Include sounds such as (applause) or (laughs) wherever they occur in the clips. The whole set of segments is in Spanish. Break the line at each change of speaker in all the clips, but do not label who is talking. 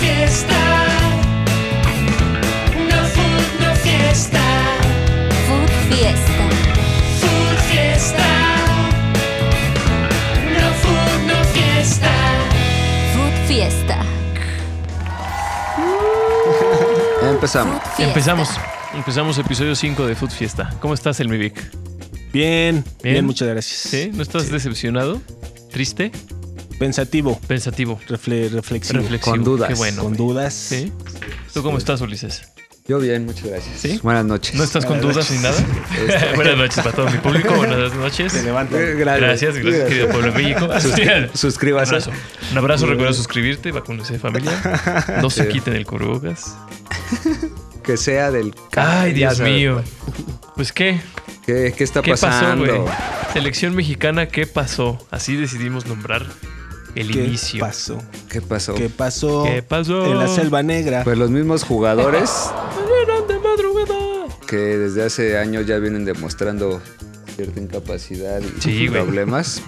fiesta. No food, no fiesta.
Food Fiesta.
Food fiesta. No food, no fiesta.
Food Fiesta.
Empezamos.
Food Fiesta.
Empezamos. Empezamos episodio 5 de Food Fiesta. ¿Cómo estás, el Mivic?
Bien, bien,
Bien.
muchas gracias.
¿Sí? ¿No estás decepcionado? ¿Triste?
Pensativo,
¿Pensativo?
refle- reflexivo.
¿Reflexivo?
con dudas,
Qué bueno.
con dudas.
¿Sí? ¿Tú cómo estás, Ulises?
Yo bien, muchas gracias.
¿Sí?
Buenas noches.
¿No estás con
Buenas
dudas ni (laughs) nada? Buenas noches para todo mi público. Buenas noches.
Te levanta.
Eh,
Gracias, gracias, querido pueblo de México. (laughs) Un
Suscríbase.
abrazo. Un abrazo, recuerda suscribirte, vacúnese familia. No se quiten el cubrebocas.
Que sea del.
Ay,
ya
Dios
sabes,
mío. Pues qué,
¿Qué, qué está
¿Qué pasó,
pasando?
güey? Selección mexicana, ¿qué pasó? Así decidimos nombrar el
¿Qué
inicio.
pasó?
¿Qué pasó?
¿Qué pasó?
¿Qué pasó?
En la selva negra.
Pues los mismos jugadores
Salieron de madrugada.
que desde hace años ya vienen demostrando cierta incapacidad y
Sí, güey.
problemas.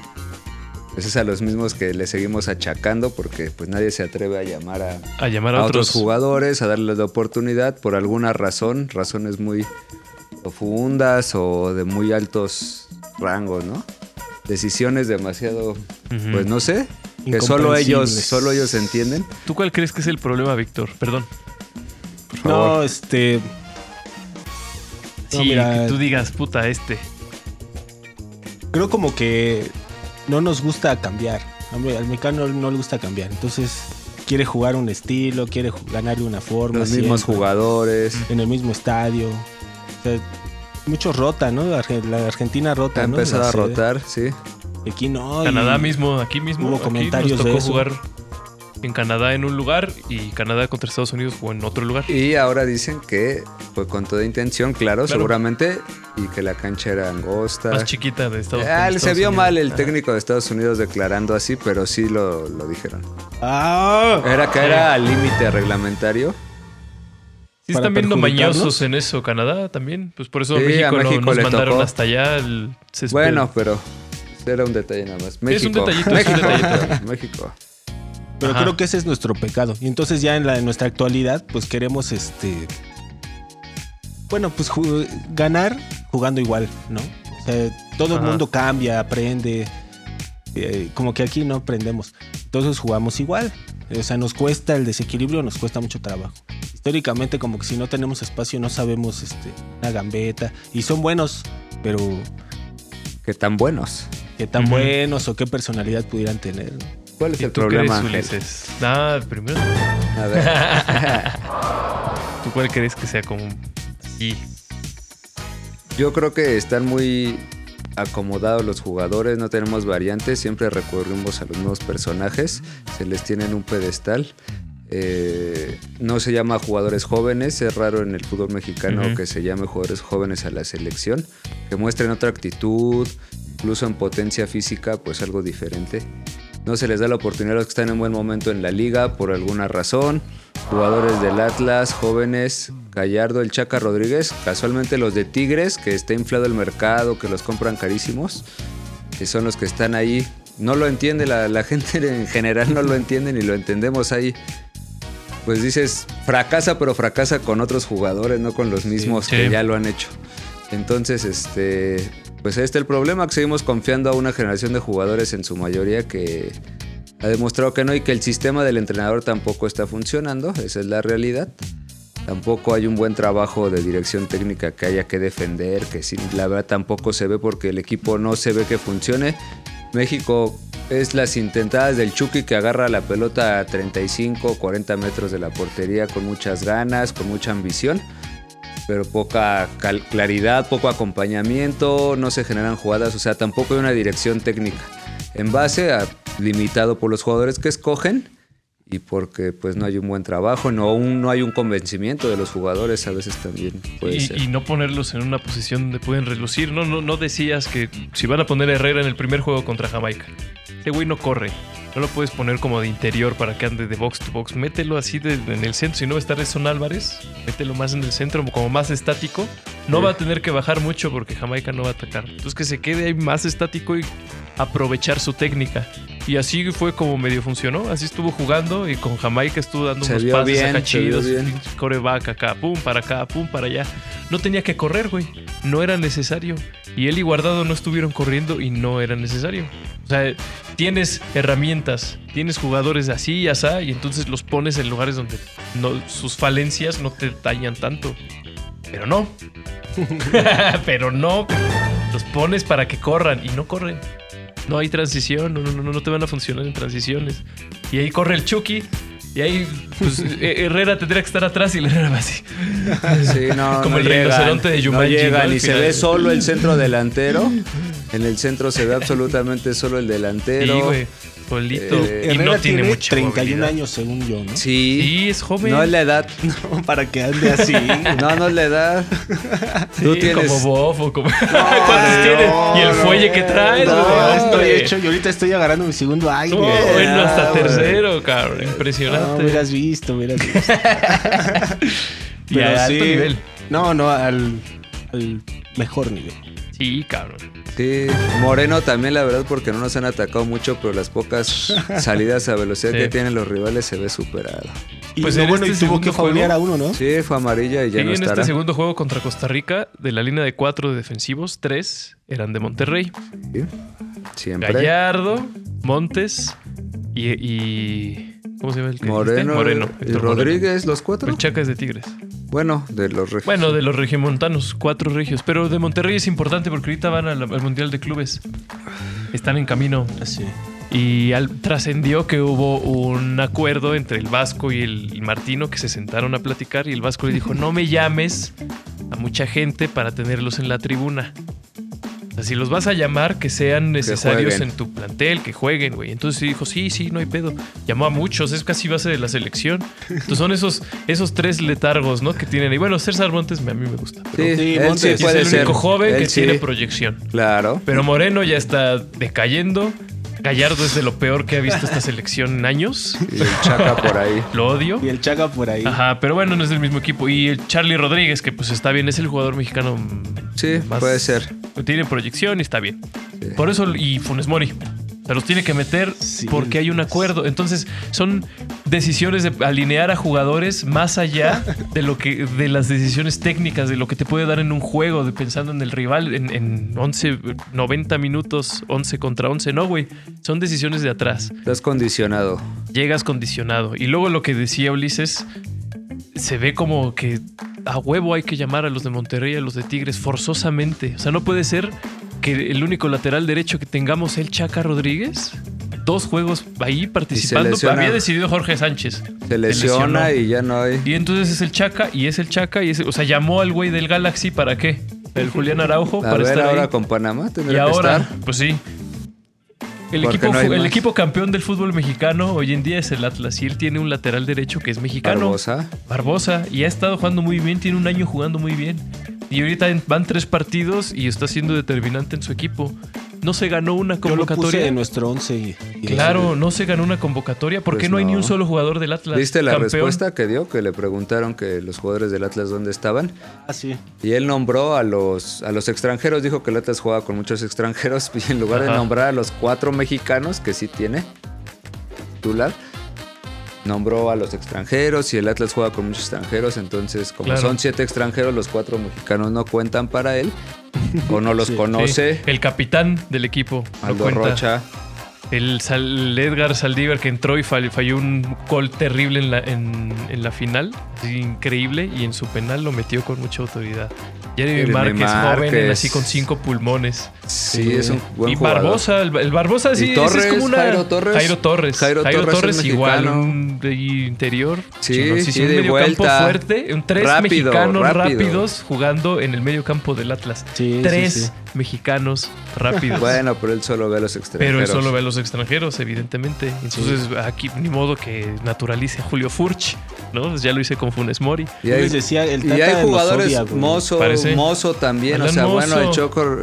Pues es a los mismos que le seguimos achacando porque pues nadie se atreve a llamar a,
A llamar a,
a
otros.
otros jugadores, a darles la oportunidad por alguna razón, razones muy profundas o de muy altos rangos, ¿no? Decisiones demasiado,
Ujú.
pues no sé, que solo ellos,
Incomprensibles.
solo ellos entienden.
¿Tú cuál crees que es el problema, Víctor? Perdón.
No, este. No,
sí,
mira. eh,
que tú digas, puta, este.
Creo como que no nos gusta cambiar. A mí- Al mexicano no le gusta cambiar. Entonces quiere jugar un estilo, quiere ju- ganar de una forma.
Los mismos
siempre.
jugadores.
en el mismo estadio. O sea, muchos rotan, ¿no? La Arge- la Argentina rota,
Ha
¿no?
empezado
La
a
sede.
rotar, sí.
Aquí no. y-
Canadá mismo, aquí mismo.
hubo
aquí
comentarios
nos
de
tocó
eso.
jugar en Canadá en un lugar y Canadá contra Estados Unidos jugó en otro lugar.
Y ahora dicen que fue con toda intención, claro,
Claro.
seguramente, y que la cancha era angosta.
Más chiquita de Estados,
Ah,
Estados
se vio
Unidos.
mal el
Ajá.
técnico de Estados Unidos declarando así, pero sí lo, lo dijeron.
¡Ah!
Era que era al límite reglamentario.
Sí
para
están viendo
perjudicarnos.
mañosos en eso, Canadá también. Pues por eso
Sí,
México,
a
no-
México
nos
le
mandaron
tocó.
hasta allá. el césped.
Bueno, pero era un detalle nada más. México.
un detallito, es un
México. (laughs)
detallito.
México.
Pero
Ajá.
creo que ese es nuestro pecado. Y entonces ya en, la, en nuestra actualidad, pues queremos este. Bueno, pues ju- ganar jugando igual, ¿no? O sea, todo
Ajá.
el mundo cambia, aprende. Eh, como que aquí no aprendemos. Entonces jugamos igual. O sea, nos cuesta el desequilibrio, nos cuesta mucho trabajo. Históricamente, como que si no tenemos espacio, no sabemos este, una gambeta. Y son buenos, pero
Qué tan buenos.
qué tan
Ujú.
buenos o qué personalidad pudieran tener. ¿no?
¿Cuál es
¿Y
el
tú qué
problema?
eres,
Ángel?
Ulises? Ah, primero.
A
(laughs)
ver,
¿Tú cuál crees que sea como.? Sí.
yo creo que están muy acomodados los jugadores, no tenemos variantes, siempre recurrimos a los nuevos personajes, se les tiene en un pedestal. Eh, no se llama jugadores jóvenes, es raro en el fútbol mexicano
Ujú.
que se llame jugadores jóvenes a la selección, que muestren otra actitud, incluso en potencia física, pues algo diferente. No se les da la oportunidad a los que están en buen momento en la liga por alguna razón. Jugadores del Atlas, jóvenes, Gallardo, el Chaca Rodríguez, casualmente los de Tigres, que está inflado el mercado, que los compran carísimos, que son los que están ahí. No lo entiende la, (laughs) la gente en general, no lo entiende ni lo entendemos ahí. Pues dices, fracasa, pero fracasa con otros jugadores, no con los mismos
sí.
que ya lo han hecho. Entonces, este, pues ahí está el problema, que seguimos confiando a una generación de jugadores en su mayoría que ha demostrado que no y que el sistema del entrenador tampoco está funcionando, esa es la realidad. Tampoco hay un buen trabajo de dirección técnica que haya que defender, que sí, la verdad tampoco se ve porque el equipo no se ve que funcione. México es las intentadas del Chucky que agarra la pelota a 35, 40 metros de la portería con muchas ganas, con mucha ambición pero poca cal- claridad, poco acompañamiento, no se generan jugadas, o sea, tampoco hay una dirección técnica. En base a limitado por los jugadores que escogen y porque pues no hay un buen trabajo, no, un- no hay un convencimiento de los jugadores a veces también puede
Y,
ser.
y no ponerlos en una posición donde pueden relucir. No, no, no decías que si van a poner a Herrera en el primer juego contra Jamaica. Ese güey no corre. No lo puedes poner como de interior para que ande de box to box. Mételo así de- en el centro. Si no va a estar Son Álvarez, mételo más en el centro, como más estático. No
Sí.
va a tener que bajar mucho porque Jamaica no va a atacar. Entonces que se quede ahí más estático y aprovechar su técnica. Y así fue como medio funcionó. Así estuvo jugando y con Jamaica estuvo dando
Se
unos
vio
pases
bien,
acá
se vio
chidos.
bien.
pinche Coreback acá, pum, para acá, pum, para allá. No tenía que correr, güey. No era necesario. Y él y Guardado no estuvieron corriendo y no era necesario. O sea, tienes herramientas, tienes jugadores así y así, y entonces los pones en lugares donde no- sus falencias no te dañan tanto. Pero no. (laughs) Pero no. Los pones para que corran y no corren. No hay transición, no, no, no, no te van a funcionar en transiciones. Y ahí corre el Chucky. Y ahí, pues, eh, Herrera tendría que estar atrás y el Herrera va así.
Sí, no,
(laughs) Como
no
el
llegan,
rinoceronte de Jumanji,
No llegan
¿no? Al
y se
final.
ve solo el
(laughs)
centro delantero. En el centro se ve absolutamente solo el delantero.
Sí, güey, solito.
Eh,
y no
Herrera
tiene, mucha
31
movilidad.
años, según yo, ¿no?
Sí.
Sí, es joven.
No es la
(laughs)
edad.
(laughs) Para que ande así.
No, no es la edad.
Sí,
Tú tienes.
como bofo, como... (laughs) ¿Cuántos tienes? y el fuelle que traes,
No,
güey,
estoy
hombre.
hecho y ahorita estoy agarrando mi segundo aire.
No, bueno, hasta
Ah, güey.
tercero, cabrón. Impresionante.
No, hubieras visto, hubieras
(laughs)
visto. (laughs)
y a alto nivel.
No, no, al, al mejor nivel.
Sí, cabrón.
Sí. Moreno también, la verdad, porque no nos han atacado mucho, pero las
(laughs)
pocas salidas a velocidad
Sí.
que tienen los rivales se ve superado.
Y
Pues
lo
en
bueno,
este
y tuvo que
segundo juego-
faulear a uno, ¿no?
Sí, fue amarilla y ya
y
no
en
estará.
este segundo juego contra Costa Rica, de la línea de cuatro defensivos, tres eran de Monterrey.
Siempre.
Gallardo, Montes y... y- ¿Cómo se llama el que dijiste?
Moreno,
este, Moreno.
y
Héctor
Rodríguez, los
Moreno.
cuatro.
El Chaca es de Tigres.
Bueno, de los regios.
Bueno, de los regiomontanos, cuatro regios. Pero de Monterrey es importante porque ahorita van al, al Mundial de Clubes. Están en camino.
Así.
Y al- trascendió que hubo un acuerdo entre el Vasco y el, el Martino que se sentaron a platicar y el Vasco le dijo, no me llames a mucha gente para tenerlos en la tribuna. O sea, si los vas a llamar, que sean necesarios
jueguen.
en tu plantel, que jueguen, güey. Entonces sí dijo, sí, sí, no hay pedo. Llamó a muchos, es casi base de la selección. Entonces son esos, esos tres letargos, ¿no? Que tienen. Y bueno, César Montes me- a mí me gusta.
Sí,
Sí,
él
Montes.
sí
Y
Y es
puede
el
ser.
único joven
Él
que
sí.
tiene proyección.
Claro.
Pero Moreno ya está decayendo. Gallardo es de lo peor que ha visto esta selección en años.
Y el Chaca por ahí.
Lo odio.
Y el Chaga por ahí.
Ajá, pero bueno, no es del mismo equipo. Y el Charlie Rodríguez, que pues está bien, es el jugador mexicano. mm,
Sí, puede ser.
Tiene proyección y está bien. Por eso, y Funes Mori. Se los tiene que meter
Sí.
porque hay un acuerdo. Entonces, son decisiones de alinear a jugadores
(laughs)
más allá de lo que de las decisiones técnicas, de lo que te puede dar en un juego, de pensando en el rival en, en 11, 90 minutos, 11 contra 11. No, güey. Son decisiones de atrás
Estás condicionado.
llegas condicionado. Y luego lo que decía Ulises, se ve como que a huevo hay que llamar a los de Monterrey, a los de Tigres, forzosamente. O sea, no puede ser que el único lateral derecho que tengamos sea el Chaca Rodríguez. Dos juegos ahí participando.
lesiona.
Había decidido Jorge Sánchez.
Se lesiona y ya no hay.
Y entonces es el Chaca y es el Chaca y es... O sea, llamó al güey del Galaxy para qué?
(laughs)
El Julián Araujo
A
para
ver,
estar ahí.
ahora con Panamá
Y
tendría que
ahora,
estar.
pues sí. El
Porque
equipo,
no hay
fu- el
más.
equipo campeón del fútbol mexicano hoy en día es el Atlas y él tiene un lateral derecho que es mexicano, Barbosa,
Barbosa.
y ha estado jugando muy bien, tiene un año jugando muy bien. Y ahorita en- van tres partidos y está siendo determinante en su equipo. No se ganó una
Yo lo puse
convocatoria.
en nuestro 11. y- y-
Claro, no se ganó una convocatoria porque
Pues
no hay ni
no.
un solo jugador del Atlas.
¿Viste la
campeón.
respuesta que dio? Que le preguntaron que los jugadores del Atlas dónde estaban.
Ah, sí.
Y él nombró a los, a los extranjeros. Dijo que el Atlas jugaba con muchos extranjeros. (laughs) Y en lugar
Ajá.
de nombrar a los cuatro mexicanos, que sí tiene titular, nombró a los extranjeros. Y el Atlas juega con muchos extranjeros. Entonces, como
Claro.
son siete extranjeros, los cuatro mexicanos no cuentan para él. O no los
Sí.
(laughs) Sí,
conoce.
El capitán del equipo. no
Aldo
cuenta.
Rocha.
El, Sal- el Edgar Saldívar que entró y fall- falló un gol terrible en la, en, en la final. Increíble. Y en su penal lo metió con mucha autoridad. Jeremy,
Jeremy
Márquez, joven,
Márquez.
así con cinco pulmones.
Sí, es un buen
y
jugador.
Barbosa, el, el Barbosa sí,
Y
ese es
Torres,
como una...
Jairo Torres.
Jairo Torres. Jairo
Jairo
Torres,
Torres es
igual,
mexicano.
un de interior.
Sí,
chingón.
sí,
un
de
mediocampo
vuelta.
fuerte. Un tres
Rápido,
mexicanos
rápido.
rápidos jugando en el mediocampo del Atlas.
Sí, sí,
tres
sí.
mexicanos rápidos.
(laughs) Bueno, pero él solo ve a los
Pero
extranjeros.
él solo ve a los extranjeros, evidentemente. Entonces, aquí ni modo que naturalice a Julio Furch, ¿no? Pues Ya lo hice con Funes Mori.
Y
Yo
hay,
les decía, el
y
Tata
hay
nos
jugadores
odia, güey.
mozo,
Parece.
mozo también.
Alan
o sea,
Mozo.
bueno, el Choco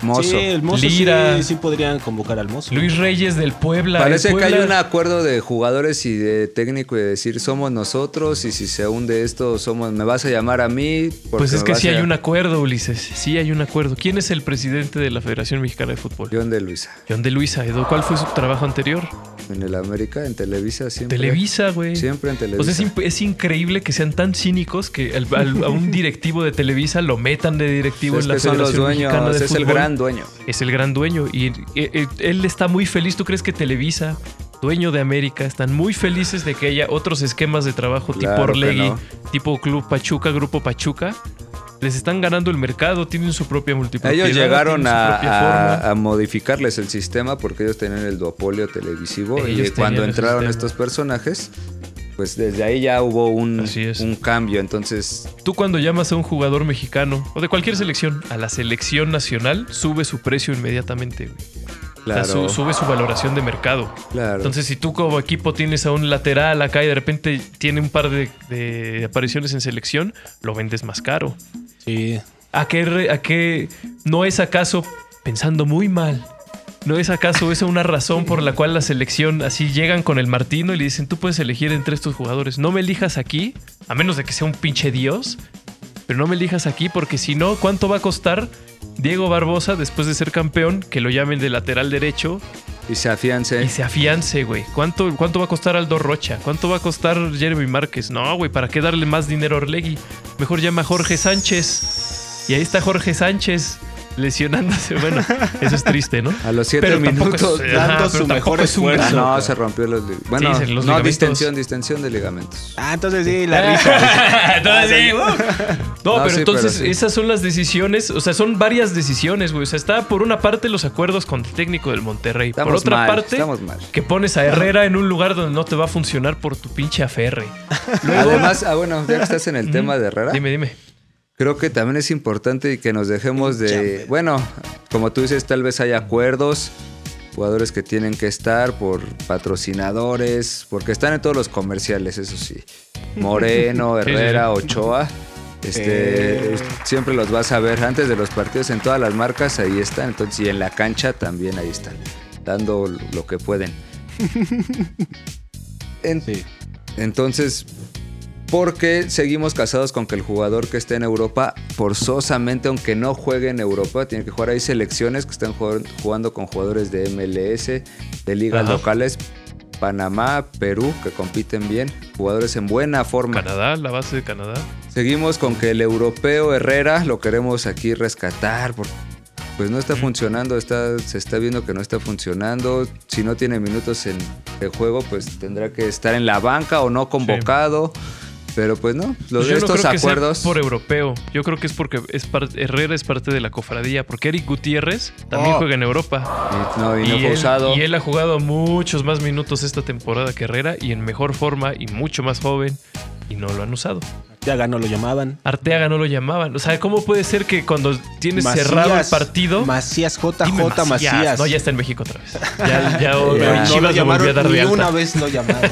Mozo.
Sí, el Mozo sí-
Lira.
Sí, podrían convocar al Mozo.
Luis Reyes del Puebla.
Parece
El
que
Puebla-
hay un acuerdo de jugadores y de técnico y de decir somos nosotros y si se hunde esto somos me vas a llamar a mí. porque
Pues es
me
que
vas
sí
a-
hay un acuerdo, Ulises. Sí hay un acuerdo. ¿Quién es el presidente de la Federación Mexicana de Fútbol?
John de Luisa
John de Luisa. Edo, ¿Cuál fue su trabajo anterior?
en el América, en Televisa siempre.
Televisa, güey.
Siempre en Televisa.
O sea, es, imp- es increíble que sean tan cínicos que al- al- a
(laughs)
un directivo de Televisa lo metan de directivo
Es
en la
que son los
Federación
dueños,
Mexicana de
es el
Fútbol.
gran dueño.
Es el gran dueño y eh, eh, él está muy feliz. ¿Tú crees que Televisa, dueño de América, están muy felices de que haya otros esquemas de trabajo tipo
Claro que
Orlegui,
no.
tipo Club Pachuca, Grupo Pachuca? Les están ganando el mercado, tienen su propia multiplicidad.
Ellos llegaron a,
forma.
a- a modificarles el sistema porque ellos tenían el duopolio televisivo
Ellos
y cuando
tenían el
entraron
sistema.
estos personajes, pues desde ahí ya hubo un,
Así es.
un cambio. Entonces,
Tú cuando llamas a un jugador mexicano o de cualquier selección a la selección nacional, sube su precio inmediatamente. güey. O sea,
claro,
su- sube su valoración de mercado.
claro.
Entonces, si tú como equipo tienes a un lateral acá y de repente tiene un par de, de apariciones en selección, lo vendes más caro.
Sí.
¿A qué, re- ¿A qué no es acaso pensando muy mal? ¿No es acaso esa una razón por la cual la selección así llegan con el Martino y le dicen, tú puedes elegir entre estos jugadores? No me elijas aquí, a menos de que sea un pinche dios, pero no me elijas aquí porque si no, ¿cuánto va a costar Diego Barbosa después de ser campeón que lo llamen de lateral derecho
y se afiancen.
y se afiance, güey. ¿Cuánto, ¿Cuánto va a costar Aldo Rocha? ¿Cuánto va a costar Jeremy Márquez? No, güey, ¿para qué darle más dinero a Orlegui? Mejor llama a Jorge Sánchez. Y ahí está Jorge Sánchez lesionándose. Bueno, eso es triste, ¿no?
(laughs) A los siete
tampoco es-
minutos.
ajá,
dando su
pero tampoco
mejor
es un
esfuerzo.
(laughs)
gran-
No, se rompió los. li- Bueno,
se- los
no,
ligamentos.
distensión, distensión de ligamentos.
Ah, entonces
(laughs)
sí, la risa. Ah,
Entonces, sí, uh. No,
Ah, No,
pero
sí,
entonces
pero sí.
esas son las decisiones, o sea, son varias decisiones, güey. O sea, está por una parte los acuerdos con el técnico del Monterrey,
Estamos
por otra
mal,
parte
estamos mal.
que pones a Herrera en un lugar donde no te va a funcionar por tu pinche aferre.
Además, ah, bueno, ya que estás en el tema de Herrera,
Dime, dime.
creo que también es importante que nos dejemos de. Bueno, como tú dices, tal vez hay acuerdos, jugadores que tienen que estar por patrocinadores, porque están en todos los comerciales, eso sí. Moreno,
(laughs) sí,
Herrera, Ochoa. Este, siempre los vas a ver antes de los partidos en todas las marcas, ahí están. Entonces, y en la cancha también ahí están, dando lo que pueden. En-
Sí.
entonces, ¿por qué seguimos casados con que el jugador que esté en Europa, forzosamente, aunque no juegue en Europa, tiene que jugar? Hay selecciones que están jugando- jugando con jugadores de MLS, de ligas
Ajá.
locales, Panamá, Perú, que compiten bien, jugadores en buena forma.
Canadá, la base de Canadá.
Seguimos con que el europeo Herrera lo queremos aquí rescatar. porque, pues no está funcionando, está, se está viendo que no está funcionando. Si no tiene minutos en el juego, pues tendrá que estar en la banca o no convocado. Pero pues no, los,
Yo no
estos
creo que sea
acuerdos.
por europeo. Yo creo que es porque es par- Herrera es parte de la cofradía, porque Eric Gutiérrez también
Oh.
juega en Europa.
y, no, y no fue
él,
usado.
y él ha jugado muchos más minutos esta temporada que Herrera y en mejor forma y mucho más joven y no lo han usado.
Ya ganó, lo llamaban.
Arteaga no lo llamaban. O sea, ¿cómo puede ser que cuando tienes cerrado el
Macías-
partido...
Macías, JJ
Dime,
Macías.
No, ya está en México otra vez. Ya, ya,
(laughs) Eh,
pero
no
Chivas lo
lo
volvió a dar
llamaron,
de
ni
alta.
una vez
(laughs)
lo llamaron.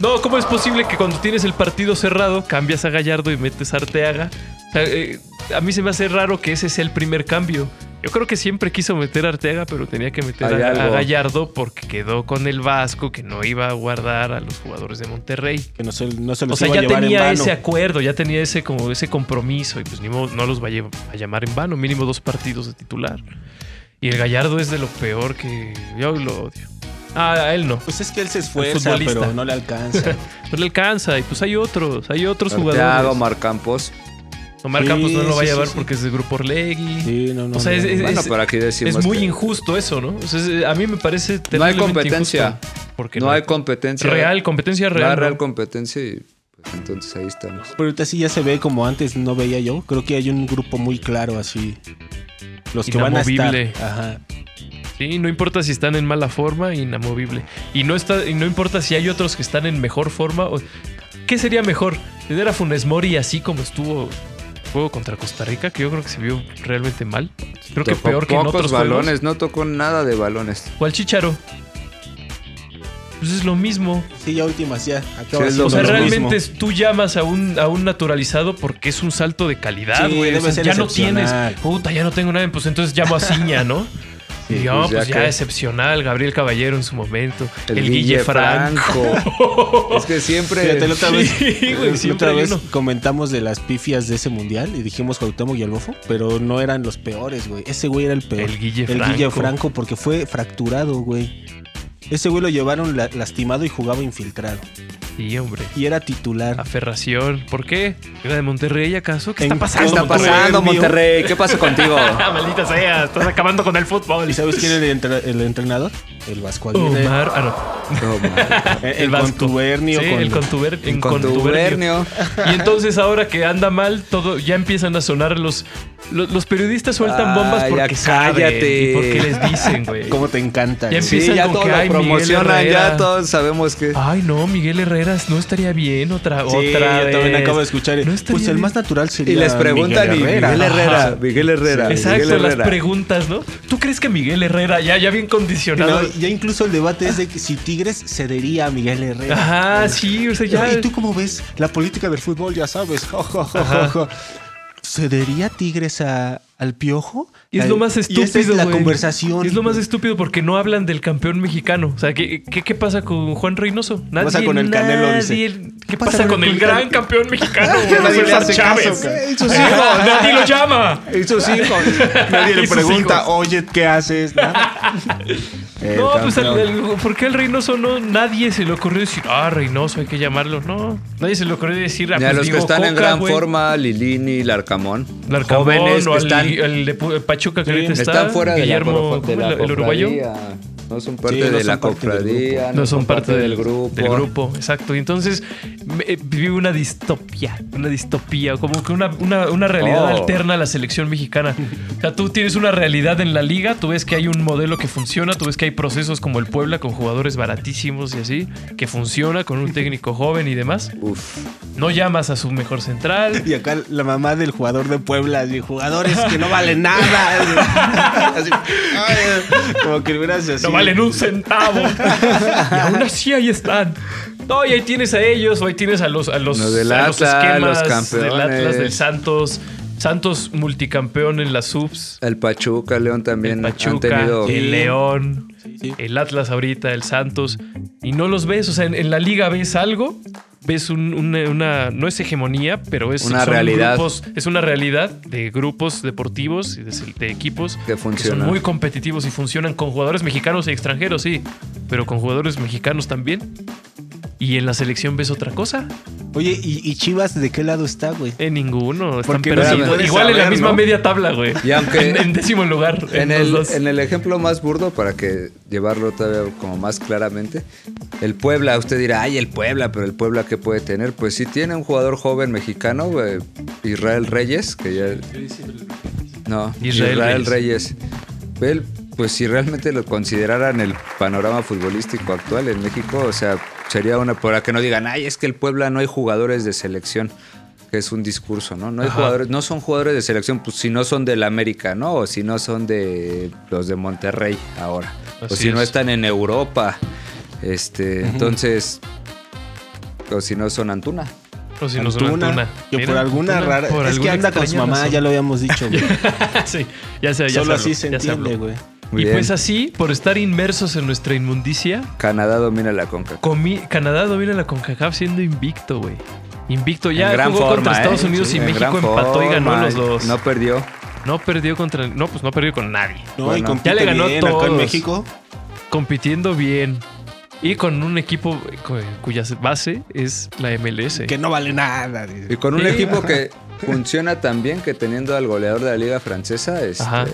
No, ¿cómo es posible que cuando tienes el partido cerrado cambias a Gallardo y metes a Arteaga? O sea, eh, a mí se me hace raro que ese sea el primer cambio. Yo creo que siempre quiso meter a Arteaga, pero tenía que meter
Hay
a, a
algo.
Gallardo porque quedó con el Vasco que no iba a guardar a los jugadores de Monterrey.
Que no se, no se los
O sea,
iba a
ya
llevar en
tenía
vano.
ese acuerdo, ya tenía ese como ese compromiso y pues ni modo, no los va a, lle- a llamar en vano, mínimo dos partidos de titular. Y el Gallardo es de lo peor que yo lo odio. Ah, a él no.
Pues es que él se esfuerza,
futbolista.
pero no
(laughs)
le alcanza.
No le alcanza. Y pues hay otros, hay otros
Santiago,
jugadores.
Marcampos.
Omar
Sí,
Campos no lo va a
sí, sí,
llevar
sí.
porque es del grupo Orlegui.
Sí, no, no.
O sea,
no,
es-
no.
es-
Bueno, pero aquí decimos.
Es muy
que
injusto eso, ¿no? O sea, es- a mí me parece terriblemente
competencia.
injusto. Porque
No hay competencia.
real, competencia
No hay
real.
real
¿no?
competencia y pues, entonces ahí estamos.
Pero ahorita sí ya se ve como antes no veía yo. Creo que hay un grupo muy claro así. Los que van a estar.
Inamovible.
Ajá.
Sí, no importa si están en mala forma, inamovible. Y no está, y no importa si hay otros que están en mejor forma. o- ¿Qué sería mejor? ¿Tener a Funes Mori así como estuvo el juego contra Costa Rica? Que yo creo que se vio realmente mal. Creo que
Tocó
peor que en
pocos
otros juegos.
balones, no tocó nada de balones.
¿Cuál Chicharo? Pues es lo mismo.
Sí, ya últimas, ya. Acaba
Sí, es
siendo
lo
O sea,
mismo.
realmente es- tú llamas a un, a un naturalizado porque es un salto de calidad,
Sí,
güey. O
debe
sea,
ser
ya no tienes.
excepcional.
Puta, ya no tengo nada. Pues entonces llamo a Ciña, ¿no?
Sí,
y, oh,
pues ya
pues ya,
que-
excepcional. Gabriel Caballero en su momento. El, Guille Franco. (laughs)
Franco. es que siempre.
Fíjate, la otra
Sí,
vez,
güey,
la
siempre
otra
hay
vez
uno.
comentamos de las pifias de ese mundial y dijimos Cuauhtémoc y el Bofo, pero no eran los peores, güey. Ese güey era el peor.
El Guille
El
Franco.
Guille Franco porque fue fracturado, güey. Ese güey lo llevaron la- lastimado y jugaba infiltrado.
Sí, hombre.
Y era titular.
Aferración. ¿por qué? ¿Era de Monterrey acaso? ¿Qué está
En-
¿Qué
pasando? (laughs)
está
Monterrey,
pasando,
mío?
Monterrey? ¿Qué pasa contigo?
Ah, maldita sea, estás acabando con el fútbol.
¿Y sabes quién era el, entre- el entrenador? El Vasco Aguirre.
Omar, ah,
No, man.
el,
no, el vasco.
contubernio
Sí,
con-
el contuber- en
En
contubernio.
contubernio.
(laughs) Y entonces ahora que anda mal, todo ya empiezan a sonar los los, los periodistas sueltan
Ah,
bombas
ya
porque
cállate.
saben y porque les dicen, güey.
¿Cómo te encanta?
Ya
güey.
empie-
Sí,
Empiezan
ya
con
todo
que, "Ay,
lo
Miguel
promocionan,
Herrera". Ah,
ya todos sabemos que.
Ay, no, Miguel Herreras no estaría bien otra
Sí,
otra
yo
vez.
también acabo de escuchar.
No estaría
pues el
bien.
más natural sería
Y les preguntan,
Miguel
y
Herrera.
Miguel
Ajá.
Herrera, Miguel Herrera.
Exacto,
Miguel
las
Herrera.
preguntas, ¿no? ¿Tú crees que Miguel Herrera ya ya bien condicionado?
No, ya incluso el debate es de que si Tigres cedería a Miguel Herrera.
Ajá, sí, o sea, ya
¿Y tú cómo ves la política del fútbol? Ya sabes. (laughs) ¿Cedería Tigres a- al piojo?
Y es
Al-
lo más estúpido.
Y esa es la
güey.
conversación.
Es lo más estúpido porque no hablan del campeón mexicano. O sea, ¿qué, qué, qué pasa con Juan Reynoso? Nadie.
pasa con el Canelo,
nadie-
dice.
¿Qué pasa, con, el gran campeón mexicano?
(laughs) (laughs) Que nadie le
César
hace
Chávez.
caso, güey. Y sus (laughs)
Sí,
hijos.
no, nadie lo llama.
Y
(laughs)
sus hijos.
Nadie le Y sus pregunta, hijos.
oye, ¿qué haces?
no, pues al- al- ¿por qué el Reynoso no? Nadie se le ocurrió decir, ah, Reynoso, hay que llamarlo. No, nadie se le ocurrió decir ah,
Mira,
pues,
los que
Diego
están en
Coca,
gran
güey.
forma, Lilini, Larcamón.
Larcamón,
jóvenes
o
que
al-
están,
el de Pu- Pachuca que ahorita está,
están fuera
Guillermo,
de
¿cómo
la,
el- el uruguayo.
cofradía. No son parte
Sí, no
de
son
la
parte del
cofradía.
Ah, No son parte del grupo. Del grupo, exacto. Y entonces me- eh, viví una distopía, una distopía, como que una, una- una realidad
Oh.
alterna a la selección mexicana. O sea, tú tienes una realidad en la liga, tú ves que hay un modelo que funciona, tú ves que hay procesos como el Puebla con jugadores baratísimos y así, que funciona con un técnico joven y demás.
Uf.
No llamas a su mejor central.
Y acá la mamá del jugador de Puebla, y jugadores que no valen nada. (laughs) Así, ay, como que hubieras así.
No valen
(laughs)
un centavo. y aún así ahí están. No, y ahí tienes a ellos, o ahí tienes a los, a los,
Los del
a los
Atlas,
esquemas
los campeones.
del Atlas, del Santos. Santos multicampeón en las subs.
El Pachuca, León también
El
han
Pachuca,
tenido.
Sí.
el León,
Sí, sí.
el Atlas ahorita, el Santos. Y no los ves, o sea, en, en la liga ves algo, ves un- una, una- no es hegemonía, pero es
Una
son
realidad.
grupos- es una realidad de grupos deportivos y de, de equipos
Que
son
funciona.
muy competitivos y funcionan con jugadores mexicanos y extranjeros, sí, pero con jugadores mexicanos también. Y en la selección ves otra cosa.
Oye, ¿y, y Chivas de qué lado está, güey?
En ninguno. Están
Porque
no
perdidos.
puedes
Igual en la
saber,
misma
¿no?
media tabla, güey.
Y aunque-
(laughs) en, en décimo lugar.
(laughs) En
los
el,
dos.
en el ejemplo más burdo, para que llevarlo todavía como más claramente, el Puebla, usted dirá, ay, el Puebla, pero el Puebla que puede tener, pues sí tiene un jugador joven mexicano, eh, Israel Reyes, que ya... No,
Israel
Israel, Reyes. Él, pues si realmente lo consideraran el panorama futbolístico actual en México, o sea, sería una... Para que no digan, ay, es que el Puebla no hay jugadores de selección que es un discurso, ¿no? No hay
Ajá.
jugadores, no son jugadores de selección, pues si no son del América, ¿no? O si no son de los de Monterrey ahora.
Así
o si no
es.
están en Europa. Este, entonces. O si no son Antuna.
O si no son
Antuna,
Antuna.
Que
Mira,
por alguna
Antuna,
rara.
por
es que
alguna
anda con su
extraña
mamá,
razón. (laughs)
ya lo habíamos dicho, güey.
sí, ya se, ya
Solo
habló,
así se
ya habló.
entiende, güey.
Muy
y
bien.
pues así, por estar inmersos en nuestra inmundicia,
Canadá domina la conca.
comi- Canadá domina la CONCACAF siendo invicto, güey. Invicto ya
En gran
jugó
forma,
contra Estados
¿eh?
Unidos
Sí,
y
en
México
gran
empató y ganó
forma.
los dos.
No
No,
perdió.
perdió contra no pues no perdió con nadie.
No, y
Bueno,
compite
ya le ganó
bien acá en
todos.
México.
Compitiendo bien y con un equipo cu- cuya base es la MLS.
Que no vale nada. dice.
Y con un
Sí.
equipo que funciona tan bien que teniendo al goleador de la liga francesa, este,
Ajá.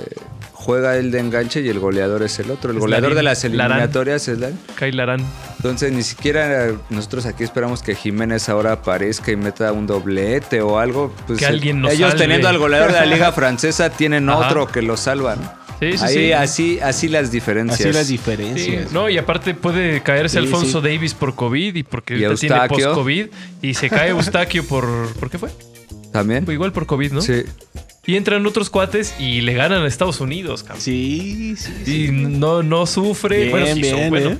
juega él de enganche y el goleador es el otro. El
Es
goleador
Larín.
de las
Larán.
eliminatorias es Larín.
Kyle Larán.
Entonces ni siquiera nosotros aquí esperamos que Jiménez ahora aparezca y meta un doblete o algo. Pues,
Que alguien nos
Ellos
salve.
teniendo al goleador de la
(laughs)
liga francesa tienen
Ajá.
otro que lo salvan.
Sí, sí,
Ahí
sí.
así así las diferencias.
Así las
Sí,
diferencias.
no, y aparte puede caerse
Sí,
Alfonso
sí.
Davis por COVID y porque
Y
ahorita tiene
Eustaquio.
post-COVID y se cae Eustaquio por... ¿Por qué fue? Pues
También.
Igual por COVID, ¿no?
Sí.
Y entran otros cuates y le ganan a Estados Unidos, cabrón.
Sí, sí. sí.
Y no, no sufre.
Bien,
bueno, sí, son- pues,
bien,
bueno,
¿eh?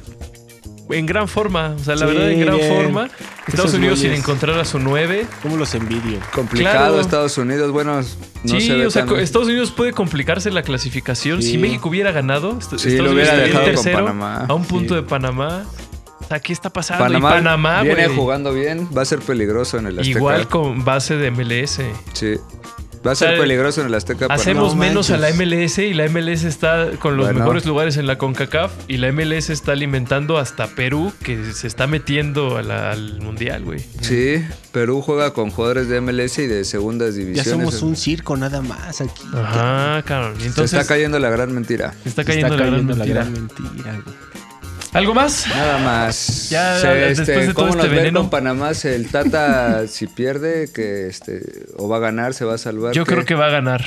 en gran forma. O sea, la
Sí,
verdad, en gran
bien.
forma. Estados
Esos
Unidos sin
güeyes.
encontrar a su 9.
¿Cómo los envidio?
Complicado
Claro.
Estados Unidos, bueno, no
sí,
se ve
o sea,
tan-
co- Estados Unidos puede complicarse la clasificación.
Sí.
Si México hubiera ganado, est- Estados
Sí, lo hubiera
estaría
dejado con Panamá.
a un punto
Sí.
de Panamá. O sea, ¿qué está pasando?
Panamá,
Ah, y Panamá,
viene
güey,
jugando bien, va a ser peligroso en el Azteca.
Igual con base de MLS.
Sí. Va a ser
O sea,
peligroso en el Azteca. Panamá.
Hacemos
Ah, no
menos a la
manches.
MLS y la MLS está con los
Bueno.
mejores lugares en la CONCACAF y la MLS está alimentando hasta Perú que se está metiendo a la- al Mundial, güey.
Sí, Perú juega con jugadores de MLS y de segundas
Ya
divisiones.
somos un circo nada más aquí.
Ajá, cabrón. Y
Se
Entonces
está cayendo la gran mentira.
Ah, está
Está
cayendo, la gran
cayendo la
mentira.
gran mentira, güey.
¿Algo más?
Nada más.
Ya,
Se-
después de todo
¿Cómo
este
nos ven
veneno?
con Panamá? Se- El
(laughs)
Tata, si pierde, que este, o va a ganar, se va a salvar.
Yo creo que va a ganar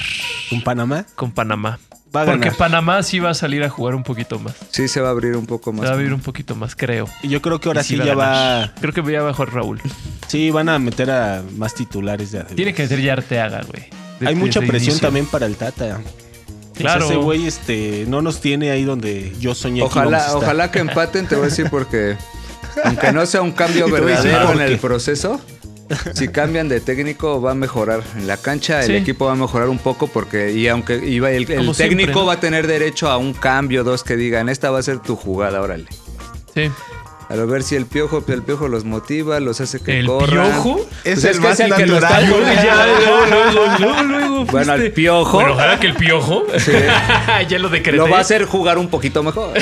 ¿Con Panamá?
con Panamá.
Va a
Porque
ganar.
Panamá sí va a salir a jugar un poquito más.
Sí, se va a abrir un poco
Se
más.
va a abrir un poquito más, creo.
Y Yo creo que ahora
Y
sí, ya
ganar.
va.
Creo que ya va a jugar Raúl.
Sí, van a meter a más titulares. De
Tiene que meter ya Arteaga, güey. De-
Hay mucha
desde
presión
inicio.
también para el Tata.
Claro.
Claro. ese güey este, no nos tiene ahí donde yo soñé que íbamos a
Ojalá,
estar.
ojalá que empaten, te voy a decir porque aunque no sea un cambio
(laughs)
Te voy a decir
verdadero
"Ah,
en
por
el
qué.
proceso, si cambian de técnico va a mejorar. En la cancha el
Sí.
equipo va a mejorar un poco porque y aunque iba el, el técnico
Como siempre, ¿no?
va a tener derecho a un cambio, dos que digan, esta va a ser tu jugada, órale.
Sí.
A lo ver si el piojo, el piojo los motiva, los hace que
¿El
corran.
piojo?
Pues
Es el
que
más
lo está
natural,
ayudando.
Ya, luego, luego, luego, luego,
Bueno,
fuiste.
al piojo
Bueno, ojalá que el piojo. (laughs) ya lo decreté.
lo va a hacer jugar un poquito mejor.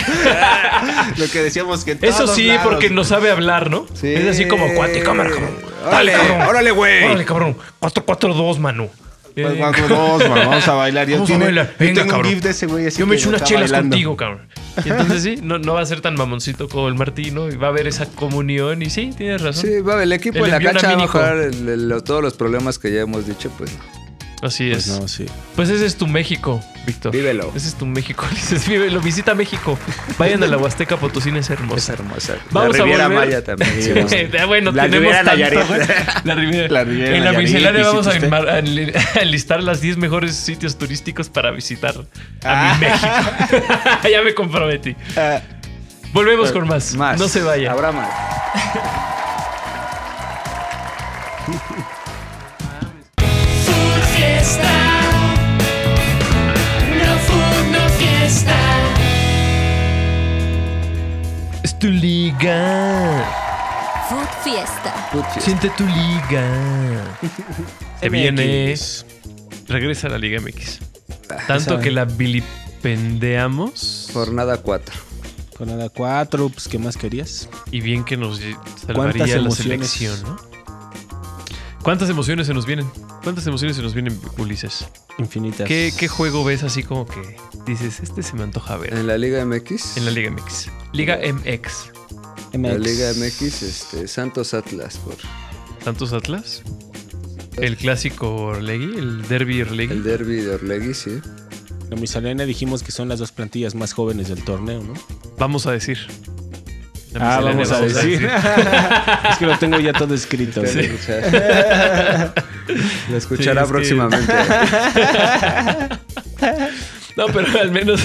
Lo que decíamos que en
Eso
todos
sí,
lados.
porque no sabe hablar, ¿no?
Sí.
Es así como cuate, cámara, cabrón.
Órale, órale, güey.
Órale, cabrón. 4-4-2, Manu.
Pues,
Eh,
cuatro, dos, man, vamos a bailar. Yo,
Vamos a
tiene-
bailar.
yo
Venga,
tengo un
cabrón.
gif de ese güey. así
Yo me
que
echo unas
está
chelas
bailando.
contigo, cabrón. Y entonces sí, no, no va a ser tan mamoncito como el Martino y va a haber esa comunión. Y sí, tienes razón.
Sí, va, el equipo
El
en la
envío
cancha va a
anímico.
mejorar el- el- todos los problemas que ya hemos dicho, pues no.
Así es.
Pues no, sí.
Pues ese es tu México, Víctor.
Vívelo.
Ese es tu México. (laughs) Dices, vívelo, visita México. Vayan a la Huasteca Potosina, es
Es
hermosa.
hermosa.
Vamos
la
a
Riviera
volver.
Maya también. sí,
(laughs)
vamos.
Eh, bueno,
La
tenemos
Riviera
tanto,
Nayarit.
güey. (laughs) La Riviera.
La Riviera
En la
Nayarit,
miscelánea vamos a,
visite
enmar- a li- (laughs) a listar las 10 mejores sitios turísticos para visitar a
Ah.
mi México. (laughs) ya me comprometí.
Ah,
Volvemos con más. No se vaya.
Habrá más.
Food Fiesta. No food, no fiesta.
Es tu liga.
Food Fiesta.
Siente tu liga. Se viene.
MX.
Regresa a la Liga MX.
Ah, esa-
Tanto que la vilipendeamos.
Jornada 4.
Con nada cuatro, pues ¿qué más querías?
Y bien que nos lle-
¿Cuántas
salvaría la
emociones?
selección, ¿no? ¿Cuántas emociones se nos vienen? ¿Cuántas emociones se nos vienen, Ulises?
Infinitas.
¿Qué, qué juego ves así como que dices, este se me antoja ver
En la Liga MX.
en la Liga MX? Liga MX.
La Liga MX, este, Santos Atlas por
¿Santos Atlas? El clásico Orlegui, el derby Orlegui.
el derby de Orlegui, sí.
La miscelánea dijimos que son las dos plantillas más jóvenes del torneo, ¿no?
Vamos a decir. La
Ah,
miscelánea
vamos a decir. (laughs) Es que lo tengo ya todo escrito.
Sí.
güey.
(laughs)
Lo escuchará
Sí, es que-
próximamente.
No, pero al
(laughs)
menos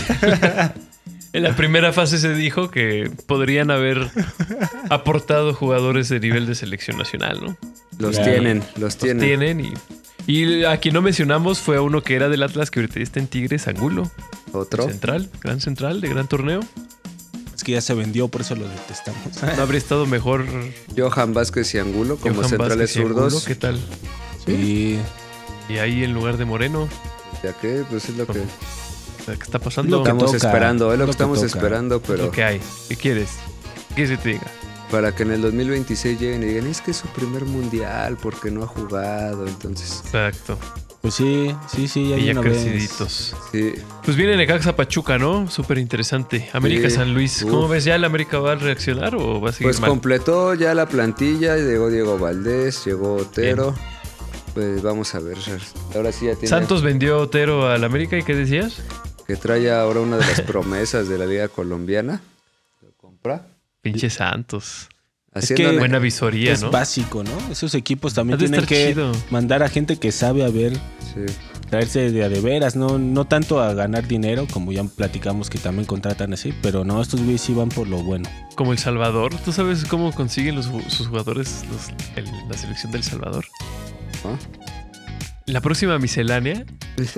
en la primera fase se dijo que podrían haber aportado jugadores de nivel de selección nacional, ¿no?
Los
Claro.
tienen, los tienen.
Tienen y. Y a quien no mencionamos fue a uno que era del Atlas, que ahorita está en Tigres, Angulo.
Otro.
Central, gran central, de gran torneo.
Es que ya se vendió, por eso lo detestamos.
No habría estado mejor
Johan Vázquez y Angulo como
Johan
centrales
Vázquez y Angulo,
zurdos.
¿Qué tal?
Sí.
Y ahí en lugar de Moreno,
Ya que, pues es lo que
o sea, ¿qué está pasando?
Lo que-
estamos
toca,
esperando, es lo
lo
que
que
estamos
toca.
esperando, pero
Lo que hay. ¿Qué quieres? ¿Qué se te diga?
para que en el 2026 lleguen y digan, es que es su primer mundial porque no ha jugado, entonces.
Exacto.
Pues sí, sí, sí, ya,
Y
hay
ya
una vez.
creciditos.
Sí,
Pues viene Necaxa Pachuca, ¿no? Súper interesante. América
Sí.
San Luis. ¿Cómo
Uf.
ves? ¿Ya el América va a reaccionar o va a seguir
pues
mal?
completó ya la plantilla, llegó Diego Valdés, llegó Otero. Pues vamos a ver. Ahora sí ya tiene
Santos vendió a Otero al América y ¿qué decías?
que trae ahora una de las promesas de la liga colombiana. Lo compra.
Pinche Santos.
Haciendo
que-
ne-
Buena visoría,
Es
¿no?
básico, ¿no? Esos equipos
Ha
también
de
tienen
estar
que
chido.
mandar a gente que sabe a ver
sí.
traerse de a de veras, no, no tanto a ganar dinero, como ya platicamos que también contratan así, pero no, estos güeyes sí van por lo bueno.
Como El Salvador. ¿Tú sabes cómo consiguen los, ju- sus jugadores los- el- la selección del Salvador?
¿Ah?
La próxima miscelánea.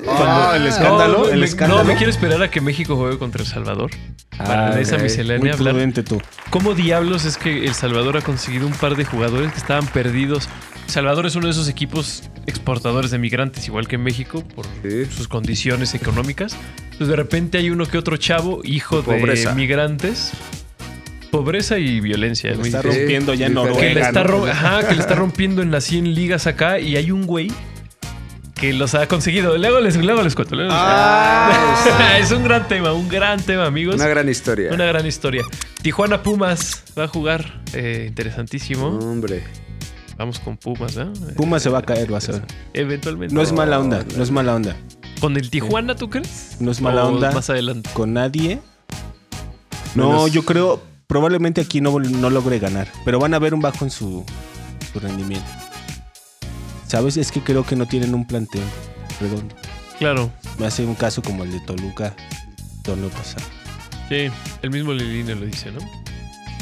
Ah, el escándalo,
No,
el
me-
escándalo.
No, me quiero esperar a que México juegue contra El Salvador. Para
Ah,
de esa
ok.
Muy
miscelánea hablar.
prudente tú.
¿Cómo diablos es que El Salvador ha conseguido un par de jugadores que estaban perdidos? Salvador es uno de esos equipos exportadores de migrantes, igual que México, por
Sí. pues,
sus condiciones económicas. Entonces, de repente hay uno que otro chavo, hijo
De pobreza.
de migrantes. Pobreza y violencia. es muy
Está
difícil.
difícil.
rompiendo ya en
Sí,
Noruega.
que, le está
¿no?
ro- ajá, que le está rompiendo en las 100 ligas acá y hay un güey que los ha conseguido. Luego les, luego les cuento. luego les cuento. (laughs) es un gran tema, un gran tema, amigos.
Una gran historia.
Ah. Una gran historia. Tijuana Pumas va a jugar. eh, interesantísimo.
Hombre.
Vamos con Pumas, ¿eh?
Mm. Pumas se va a caer, vas a ver.
Eventualmente.
No es mala onda, no es mala onda.
¿Con el Tijuana, tú crees?
No es mala
¿O
onda.
Más adelante.
Con nadie. No, yo creo, probablemente aquí no, no logre ganar, pero van a ver un bajo en su, su rendimiento. ¿Sabes? Es que creo que no tienen un plantel redondo.
Claro.
Me hace un caso como el de Toluca, torneo pasado.
Sí, el mismo Lilino lo dice, ¿no?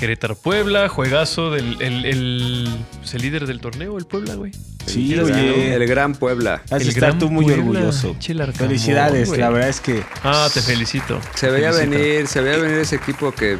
Querétaro Puebla, juegazo del el, el, pues, el líder del torneo, el Puebla, güey.
Sí,
El gran- El
oye.
gran Puebla.
Has de
el
estar
gran
tú muy
Puebla,
orgulloso.
che, el Arcamón,
Felicidades,
güey.
la verdad es que
Ah, te felicito.
Se veía
Felicito.
venir, se veía venir ese equipo que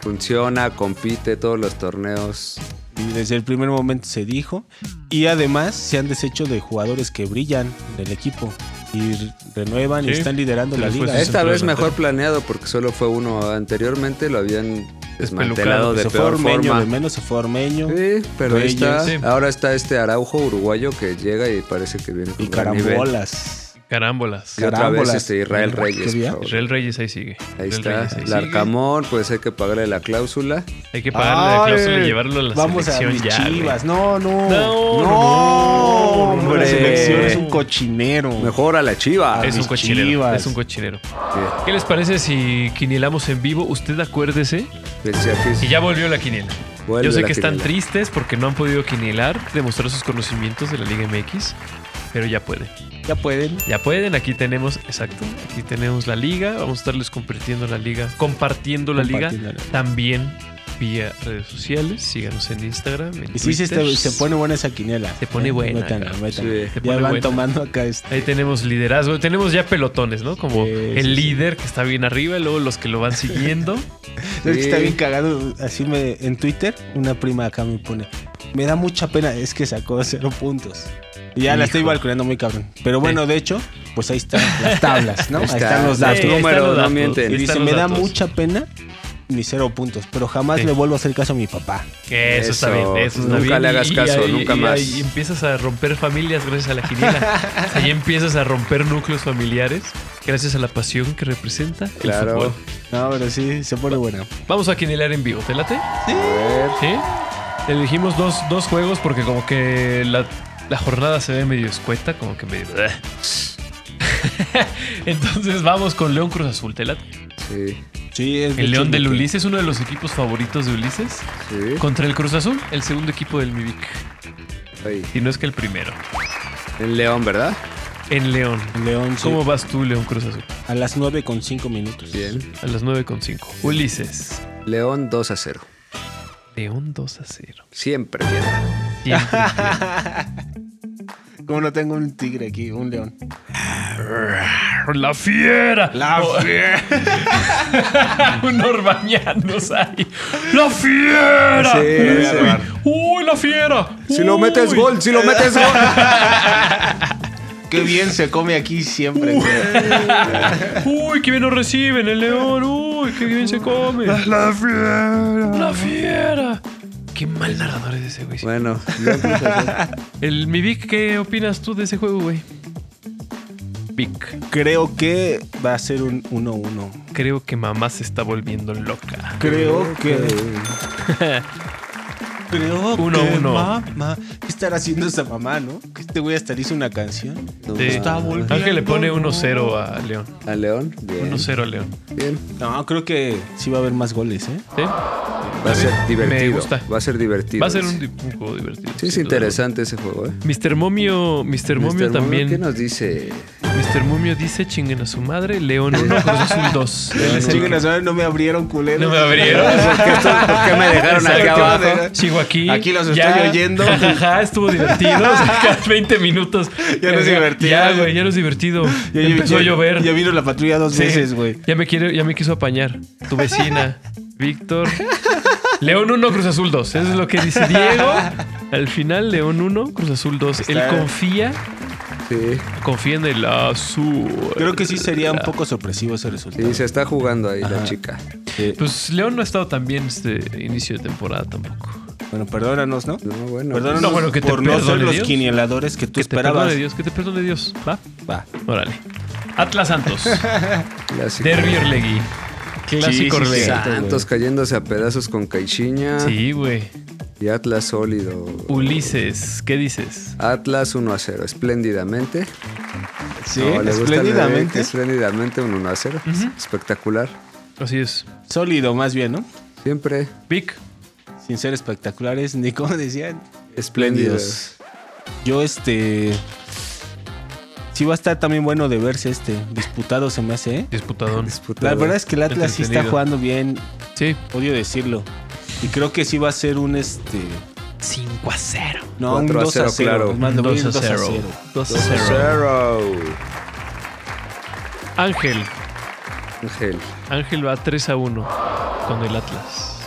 funciona, compite todos los torneos.
Y desde el primer momento se dijo. Y además se han deshecho de jugadores que brillan del equipo. Y re- renuevan y
Sí.
están liderando
Se
la
les fue
liga.
su
¿eh?
Esta
centro
vez
delantero.
mejor planeado porque solo fue uno. Anteriormente lo habían
Despelucado,
desmantelado de
Se fue
peor
Ormeño,
forma.
de menos se fue Ormeño.
Sí, pero ahí
Reyes,
está.
sí.
Ahora está este Araujo uruguayo que llega y parece que viene con
Y
gran nivel.
carambolas.
Carámbolas.
Y otra vez
Carambolas.
este Israel
¿Qué
Reyes. por
día?
favor.
Israel Reyes ahí sigue.
Ahí
Israel
está.
Reyes ahí
El
sigue.
Arcamón, pues hay que pagarle la cláusula.
Hay que pagarle la cláusula y
Ay,
llevarlo a la
Vamos a mis
selección ya. güey.
chivas. No, no.
No, no, no,
no,
hombre.
La selección es un cochinero.
Mejor a la chiva.
Es un
mis
cochinero.
chivas.
Es un cochinero.
Sí,
¿Qué les parece si quinielamos en vivo? Usted acuérdese
decía
que
que
ya volvió la quiniela.
vuelve
Yo sé
la
que están
quiniela.
tristes porque no han podido quinilar, demostrar sus conocimientos de la Liga MX, pero ya pueden.
Ya pueden.
Ya pueden, aquí tenemos, exacto, aquí tenemos la liga, vamos a estarles compartiendo la liga, compartiendo la liga
Compartiéndola.
también vía redes sociales, síganos en Instagram, en
Y sí, sí,
Twitter.
se, se pone buena esa quiniela.
Se pone buena,
Métanla,
cabrón.
métanla.
Sí.
Se
Eh, Ya
pone
van
buena.
tomando acá este.
Ahí tenemos liderazgo, tenemos ya pelotones, ¿no? Como
Sí,
el
sí, sí.
líder que está bien arriba, y luego los que lo van
(laughs)
siguiendo.
¿Sabes que
Sí.
está bien cagado? Así me, en Twitter, una prima acá me pone, me da mucha pena, es que sacó cero puntos. Y ya la estoy
Hijo.
balconeando muy cabrón. Pero bueno, de hecho, pues ahí están las tablas, ¿no?
Ahí
ahí están
está. Datos,
los datos.
Sí, ahí están
número,
los
no
datos,
mienten.
ahí
y dice,
están
me
los
da
datos".
mucha pena ni cero puntos, pero jamás
Sí.
le vuelvo a hacer caso a mi papá.
Que eso, está
Eso,
bien, eso está
nunca
bien.
le hagas caso, nunca más.
Y empiezas a romper familias gracias a la quiniela.
(laughs)
ahí empiezas a romper núcleos familiares gracias a la pasión que representa
Claro.
el fútbol.
No, pero sí, se pone buena.
Vamos a quinilar en vivo, ¿te late? Sí. Elegimos dos, dos juegos porque como que la, la jornada se ve medio escueta, como que medio... eh. (laughs) Entonces vamos con León Cruz Azul, ¿te late?
Sí,
Sí, es
El
hecho
León del
lo que-
Ulises, uno de los equipos favoritos de Ulises,
sí.
contra el Cruz Azul, el segundo equipo del Mivic.
Ahí.
Y no es que el primero.
En León, ¿verdad?
En León.
León, sí.
¿Cómo vas tú, León Cruz Azul?
A las 9 con 5 minutos.
Bien.
A las 9.5. Ulises.
León 2 a 0.
León 2 a 0.
Siempre bien.
Siempre bien.
Como no tengo un tigre aquí, un león.
(laughs) ¡La fiera! (laughs)
La
Oh, (laughs) un orbañanos ahí. ¡La fiera!
Sí,
uy,
sí.
uy, la fiera!
Si lo metes
Uy.
gol, si lo metes gol.
Qué bien se come aquí siempre. güey.
¡Uy, qué bien lo reciben el león! ¡Uy, qué bien se come!
La fiera.
¡La fiera! ¡Qué mal narrador es ese,
(laughs)
güey!
Bueno, León Cruz Azul.
El, mi Vic, ¿qué opinas tú de ese juego, güey? Vic,
Creo que va a ser un 1-1.
creo que mamá se está volviendo loca.
Creo que Creo
Uno,
que
uno.
mamá. ¿Qué estará haciendo esa mamá, no? Que este güey hasta le hizo una canción.
No
Sí.
mames.
Ángel le pone 1-0 a León.
A León, bien.
1-0 a León.
Bien.
No, creo que sí va a haber más goles, ¿eh?
¿Sí?
Va a ser divertido.
gusta.
Va a ser divertido.
Va a ser
dice.
un, di- un juego divertido.
Sí, es
sin duda
interesante ese juego, ¿eh?
alguna. Mr. Momio, Mr. Momio
Mr. Momio,
también.
¿Qué nos
(laughs)
dice?
Mr. Momio dice chinguen a su madre, León 1, Cruz Azul
(laughs)
2. Él es el
Chinguen
que-
a su madre, no me abrieron, culero.
No me abrieron.
¿Por qué, estoy- por qué me dejaron aquí
Exacto.
abajo?
Sigo aquí.
Aquí los
Ya.
estoy oyendo.
Jajaja, estuvo
(laughs)
divertido. (laughs) O sea, 20 minutos.
Ya no es divertido.
Ya, güey, ya no es divertido. Empezó a llover.
Ya vino la patrulla dos
Sí.
veces, güey.
Ya me quiere, ya me quiso apañar. Tu vecina, Víctor. León 1, Cruz Azul 2. Eso es lo que dice Diego. Al final, León 1, Cruz Azul 2. Él
Está-
confía,
Sí,
confía en el azul.
Creo que sí sería
Ah.
un poco sorpresivo ese resultado.
sí, se está jugando ahí la
Ajá.
chica.
Sí.
Pues León no ha estado tan bien este inicio de temporada tampoco.
Bueno, perdónanos, ¿no?
No, bueno. pues,
Perdónanos
No, bueno, que te
por no ser
perdone
los
Dios.
quinieladores que tú
Que te
esperabas.
perdone Dios, que te perdone Dios. Va,
Va.
órale. Atlas Santos,
pues, clásico.
Derby Orlegui, Clásico
Sí, sí,
Orlegui. Ah.
Santos cayéndose a pedazos con Caixinha
Sí, güey.
y Atlas sólido.
Ulises, ¿qué dices?
Atlas 1 a 0, espléndidamente.
Sí,
No, le gusta el bebé, que
espléndidamente.
espléndidamente un 1 a 0. Espectacular.
Así es.
Sólido más bien, ¿no?
Siempre
Vic,
Sin ser espectaculares ni como decían.
espléndidos.
Yo este... Sí va a estar también bueno de verse este. Disputado se me hace, ¿eh?
disputadón.
La verdad es que el Atlas sí está
Entretenido.
jugando bien,
Sí.
odio decirlo. Y creo que sí va a ser un este...
5 a 0.
No, un
4 a
2 a 0.
0, claro.
Es más, le voy a ir
2 a 0. 2 a 0.
0.
Ángel.
Ángel.
Ángel va 3 a 1 con el Atlas.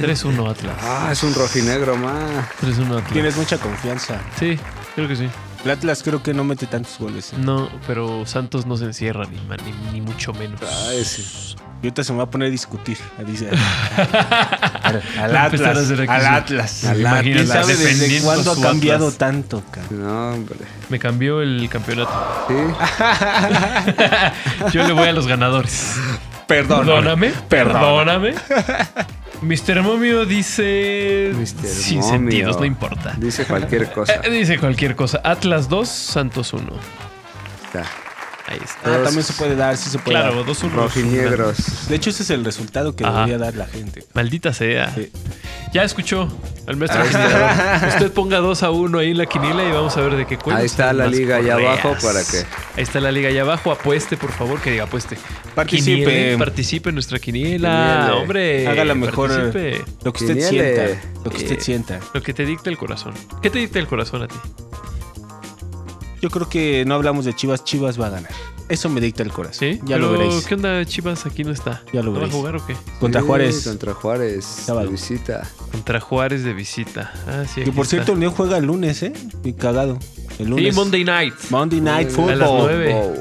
3 a 1 Atlas.
Ah, es un rojinegro más.
3 a 1 Atlas.
Tienes mucha confianza.
Sí, creo que sí.
El Atlas creo que no mete tantos goles. ¿eh?
No, pero Santos no se encierra ni, ma- ni, ni mucho menos.
Ay, sí.
Y ahorita se me va a poner a discutir. a
(laughs)
dice-
Va a empezar a hacer aquí
al
su-
Atlas.
Al
¿Quién
Atlas.
sabe desde
defendiendo
cuándo ha
su
cambiado
Atlas.
tanto, cabrón?
No, hombre.
Me cambió el campeonato.
Sí.
(laughs) Yo le voy a los ganadores.
Perdón.
Perdóname. Perdóname. Mr. Momio dice.
Mr.
Sin
Momio.
sentidos, no importa.
Dice cualquier cosa.
Eh, Dice cualquier cosa. Atlas 2, Santos 1.
Está.
Ahí está.
Pues,
Ah, también se puede dar, sí se puede
Claro,
dar.
2-1.
Rojinegros.
De hecho, ese es el resultado que
Ajá.
debería dar la gente.
Maldita sea.
Sí.
Ya escuchó al
(laughs)
maestro Quintero. Usted ponga 2 a 1 ahí en la quinila y vamos a ver de qué cuenta.
Ahí está la liga allá abajo para que-
Ahí está la liga allá abajo. Apueste, por favor, que diga apueste.
Participe.
Quiniela, participe en nuestra quiniela.
Quiniela.
Hombre.
Haga la mejor.
participe.
Lo que usted
Genial, eh.
sienta. Lo que
Eh.
usted sienta.
Lo que te dicta el corazón. ¿Qué te dicta el corazón a ti?
Yo creo que no hablamos de Chivas. Chivas va a ganar. Eso me dicta el corazón.
¿Sí?
Ya
Pero,
lo veréis.
¿Qué onda, Chivas? Aquí no está.
Ya lo
¿No va a
veréis.
jugar o qué?
Contra
Sí,
Juárez.
Contra Juárez. de
Sábado.
Visita.
Contra Juárez de visita. Ah, sí.
Que
aquí
por
está.
cierto, el León juega el lunes, ¿eh? Y cagado.
Sí,
El lunes.
Monday Night.
Monday Night
A las
Football.
nueve.
Wow,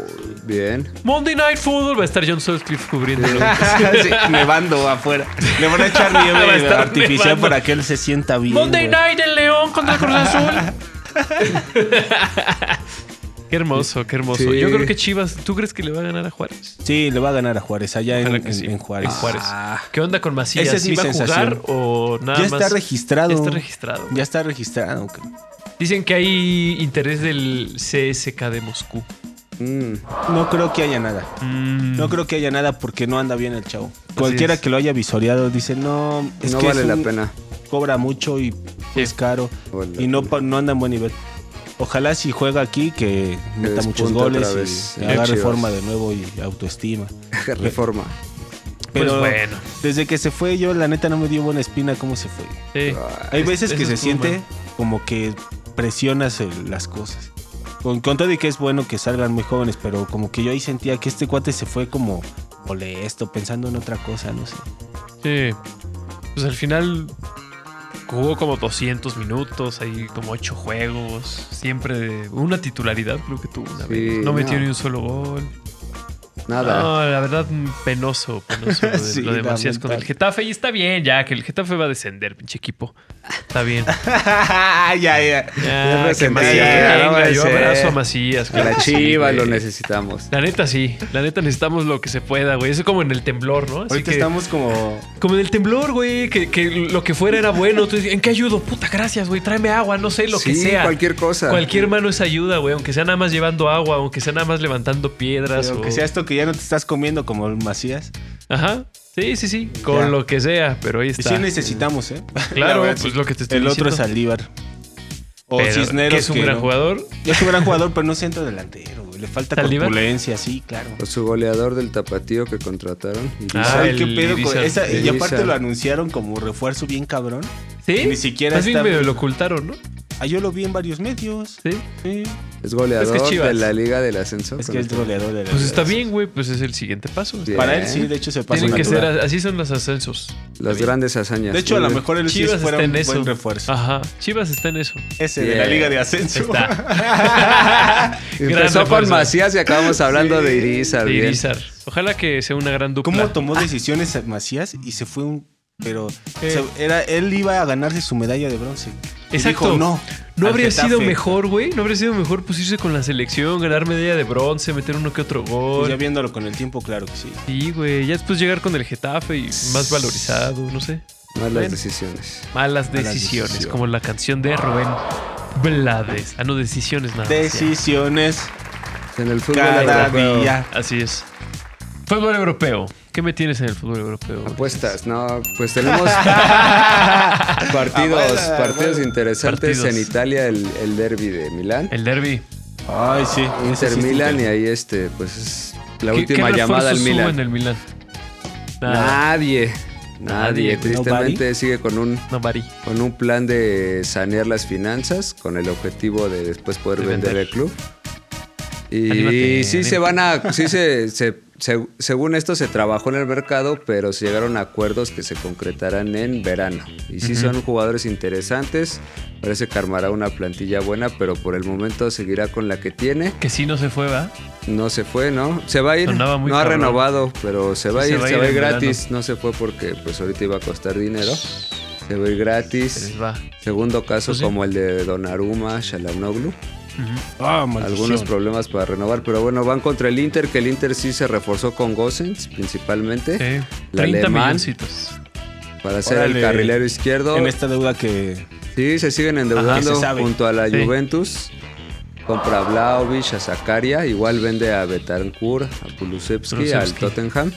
Bien.
Monday Night Football. Va a estar John Sutcliffe cubriéndolo.
Sí, nevando afuera. Le van
(laughs)
a echar
Va a
nieve.
estar
Artificial
nevando.
para que él se sienta bien.
Monday
güey.
Night el León contra Cruz Azul. (laughs) qué hermoso, qué hermoso.
Sí.
Yo creo que Chivas, ¿tú crees que le va a ganar a Juárez?
Sí, le va a ganar a Juárez allá en,
Ojalá que
en-
sí,
en Juárez.
Ah.
¿Qué onda con Macías?
Esa es
¿Sí
mi
va a jugar
sensación.
o nada
ya
más?
está registrado.
Ya está registrado.
Ya está registrado. creo.
Dicen que hay interés del CSK de Moscú.
Mm,
No creo que haya nada.
Mm,
No creo que haya nada porque no anda bien el chavo.
Así
Cualquiera
es.
que lo haya visoreado dice, no, es
no
que es
vale la
un-
pena.
cobra mucho y es caro
Vale la
y no, pa- no anda en buen nivel. Ojalá si juega aquí que meta muchos
despunte otra
goles
vez.
y
Eh,
agarre
Chivas.
forma de nuevo y
(laughs)
autoestima.
Reforma.
pues
Pero
bueno.
desde que se fue yo la neta no me dio buena espina cómo se fue.
Sí.
Hay
Es-
veces
eso
que se
estuvo
siente
mal.
como que presionas el- las cosas. Con, con todo y que es bueno que salgan muy jóvenes, pero como que yo ahí sentía que este cuate se fue como molesto, pensando en otra cosa, no sé.
Sí. Pues al final jugó como 200 minutos, hay como 8 juegos, siempre de- una titularidad creo que tuvo una
Sí,
vez. No metió
no.
ni un solo gol.
Nada.
No, la verdad, mm, penoso, penoso lo de,
Sí,
lo de Macías con el
lamentable.
Getafe. Y está bien, ya, que el Getafe va a descender, pinche equipo. Está bien.
ya, ya.
Ya,
Es
que
resentido,
Macías
no
venga,
va a
yo
ser.
abrazo a Macías.
A
claro
la
que (laughs) sí,
chiva lo
güey.
necesitamos.
La neta sí, la neta necesitamos lo que se pueda, güey. Eso es como en el temblor, ¿no? Así
Ahorita
que-
estamos como
Como en el temblor, güey, que, que lo que fuera era bueno. Tú dices, ¿en qué ayudo? Puta, gracias, güey, tráeme agua, no sé, lo que
Sí,
sea.
cualquier cosa.
Cualquier mano es ayuda, güey, aunque sea nada más llevando agua, aunque sea nada más levantando piedras.
Pero
o-
que sea esto que ya no te estás comiendo como el Macías.
Ajá. Sí, sí, sí. Con
Ya.
lo que sea, pero ahí
Y
está.
sí necesitamos, ¿eh? (laughs)
Claro,
La verdad,
pues
sí.
lo que te estoy
El otro es
diciendo.
Aldívar. O
Pero,
Cisneros.
Que es un gran
no.
jugador.
Es un gran jugador, pero no es centro delantero, güey. Le falta
¿Saldívar?
corpulencia, sí, claro.
O su goleador del tapatío que contrataron. Y
Ah,
dice,
¿Saben
el
qué pedo con
Irizar.
esa- y
Irizar.
aparte lo anunciaron como refuerzo bien cabrón.
Sí.
Ni siquiera
Más bien
está-
medio lo ocultaron, ¿no?
Ah, yo lo vi en varios medios.
Sí.
Sí.
es goleador
es que es Chivas.
de la Liga del Ascenso.
Es
con
que es
este-
goleador de la
Pues está
liga.
bien, güey. Pues es el siguiente paso.
Bien.
Para él sí, de hecho se pasa
Tienen que ser,
natural.
así son los ascensos.
Las grandes hazañas.
De hecho, a lo
Muy bien.
mejor él sí
Chivas está
fuera un
en
buen
eso. Ah,
refuerzo.
Ajá. Chivas está
(laughs)
en eso.
Ese de
Bien.
la Liga de Ascenso.
Está.
Empezó
Gran
con
refuerzo.
Macías y acabamos hablando de Irizar.
De
bien.
Irizar. Ojalá que sea una gran dupla.
(laughs) ¿Cómo tomó decisiones Macías y se fue un. Pero o sea,
Eh.
era, él iba a ganarse su medalla de bronce. Y
Exacto.
dijo, no.
¿No
al
habría
Getafe".
sido mejor, güey? ¿No habría sido mejor pues irse con la selección, ganar medalla de bronce, meter uno que otro
Pues ya
gol?
viéndolo con el tiempo, claro que sí.
Sí, güey. Ya después llegar con el Getafe y más valorizado, no sé.
Malas
Bueno.
decisiones.
Malas
Malas
decisiones,
decisiones.
como la canción de Rubén Blades. Ah, no, decisiones nada. más, ya.
Decisiones
En el fútbol
cada
europeo,
día.
Así es. Fútbol europeo. ¿qué me tienes en el fútbol europeo? güey?
Apuestas, no, pues
(laughs)
tenemos partidos,
Abuela,
partidos
abuela.
interesantes
Partidos.
en Italia, el, el derby de Milán,
(laughs) El derby.
Ay, sí. ese
Inter
sí está
Milán y
interesante.
ahí este, pues es la
¿Qué-
última
qué
llamada al
refuerzos hubo en
Milán.
el Milan? Nada.
Nadie,
Nadie,
nadie, tristemente sigue con un
Nobody.
con un plan de sanear las finanzas con el objetivo de después poder
De
vender.
vender.
el club. Y
Anímate,
sí se
anímate.
van a,
(laughs)
sí se, se- se- según esto se trabajó en el mercado, pero se llegaron a acuerdos que se concretarán en verano. Y sí son jugadores interesantes, parece que armará una plantilla buena, pero por el momento seguirá con la que tiene.
Que sí no se fue, ¿va?
No se fue, ¿no? Se va a ir,
Sonaba muy
no ha
cabrón.
renovado, pero se va a
Sí,
ir, se va a ir
en
gratis. No se fue porque pues ahorita iba a costar dinero. Se va a ir
Se
gratis.
les va.
Segundo caso
Pues sí.
como el de Donnarumma, Shalanoglu.
Ah, maldición.
Algunos problemas para renovar, pero bueno, van contra el Inter, que el Inter sí se reforzó con Gosens principalmente
Eh,
La
30
alemán.
milloncitos.
para ser
Órale.
el carrilero izquierdo.
En este esta deuda que.
Sí, se siguen
Ajá,
endeudando
que se sabe.
junto a la
Sí.
Juventus. Compra a Vlaovic, a Zakaria, igual vende a Betancourt, a Kulusevski, al
Kulusevski.
Tottenham.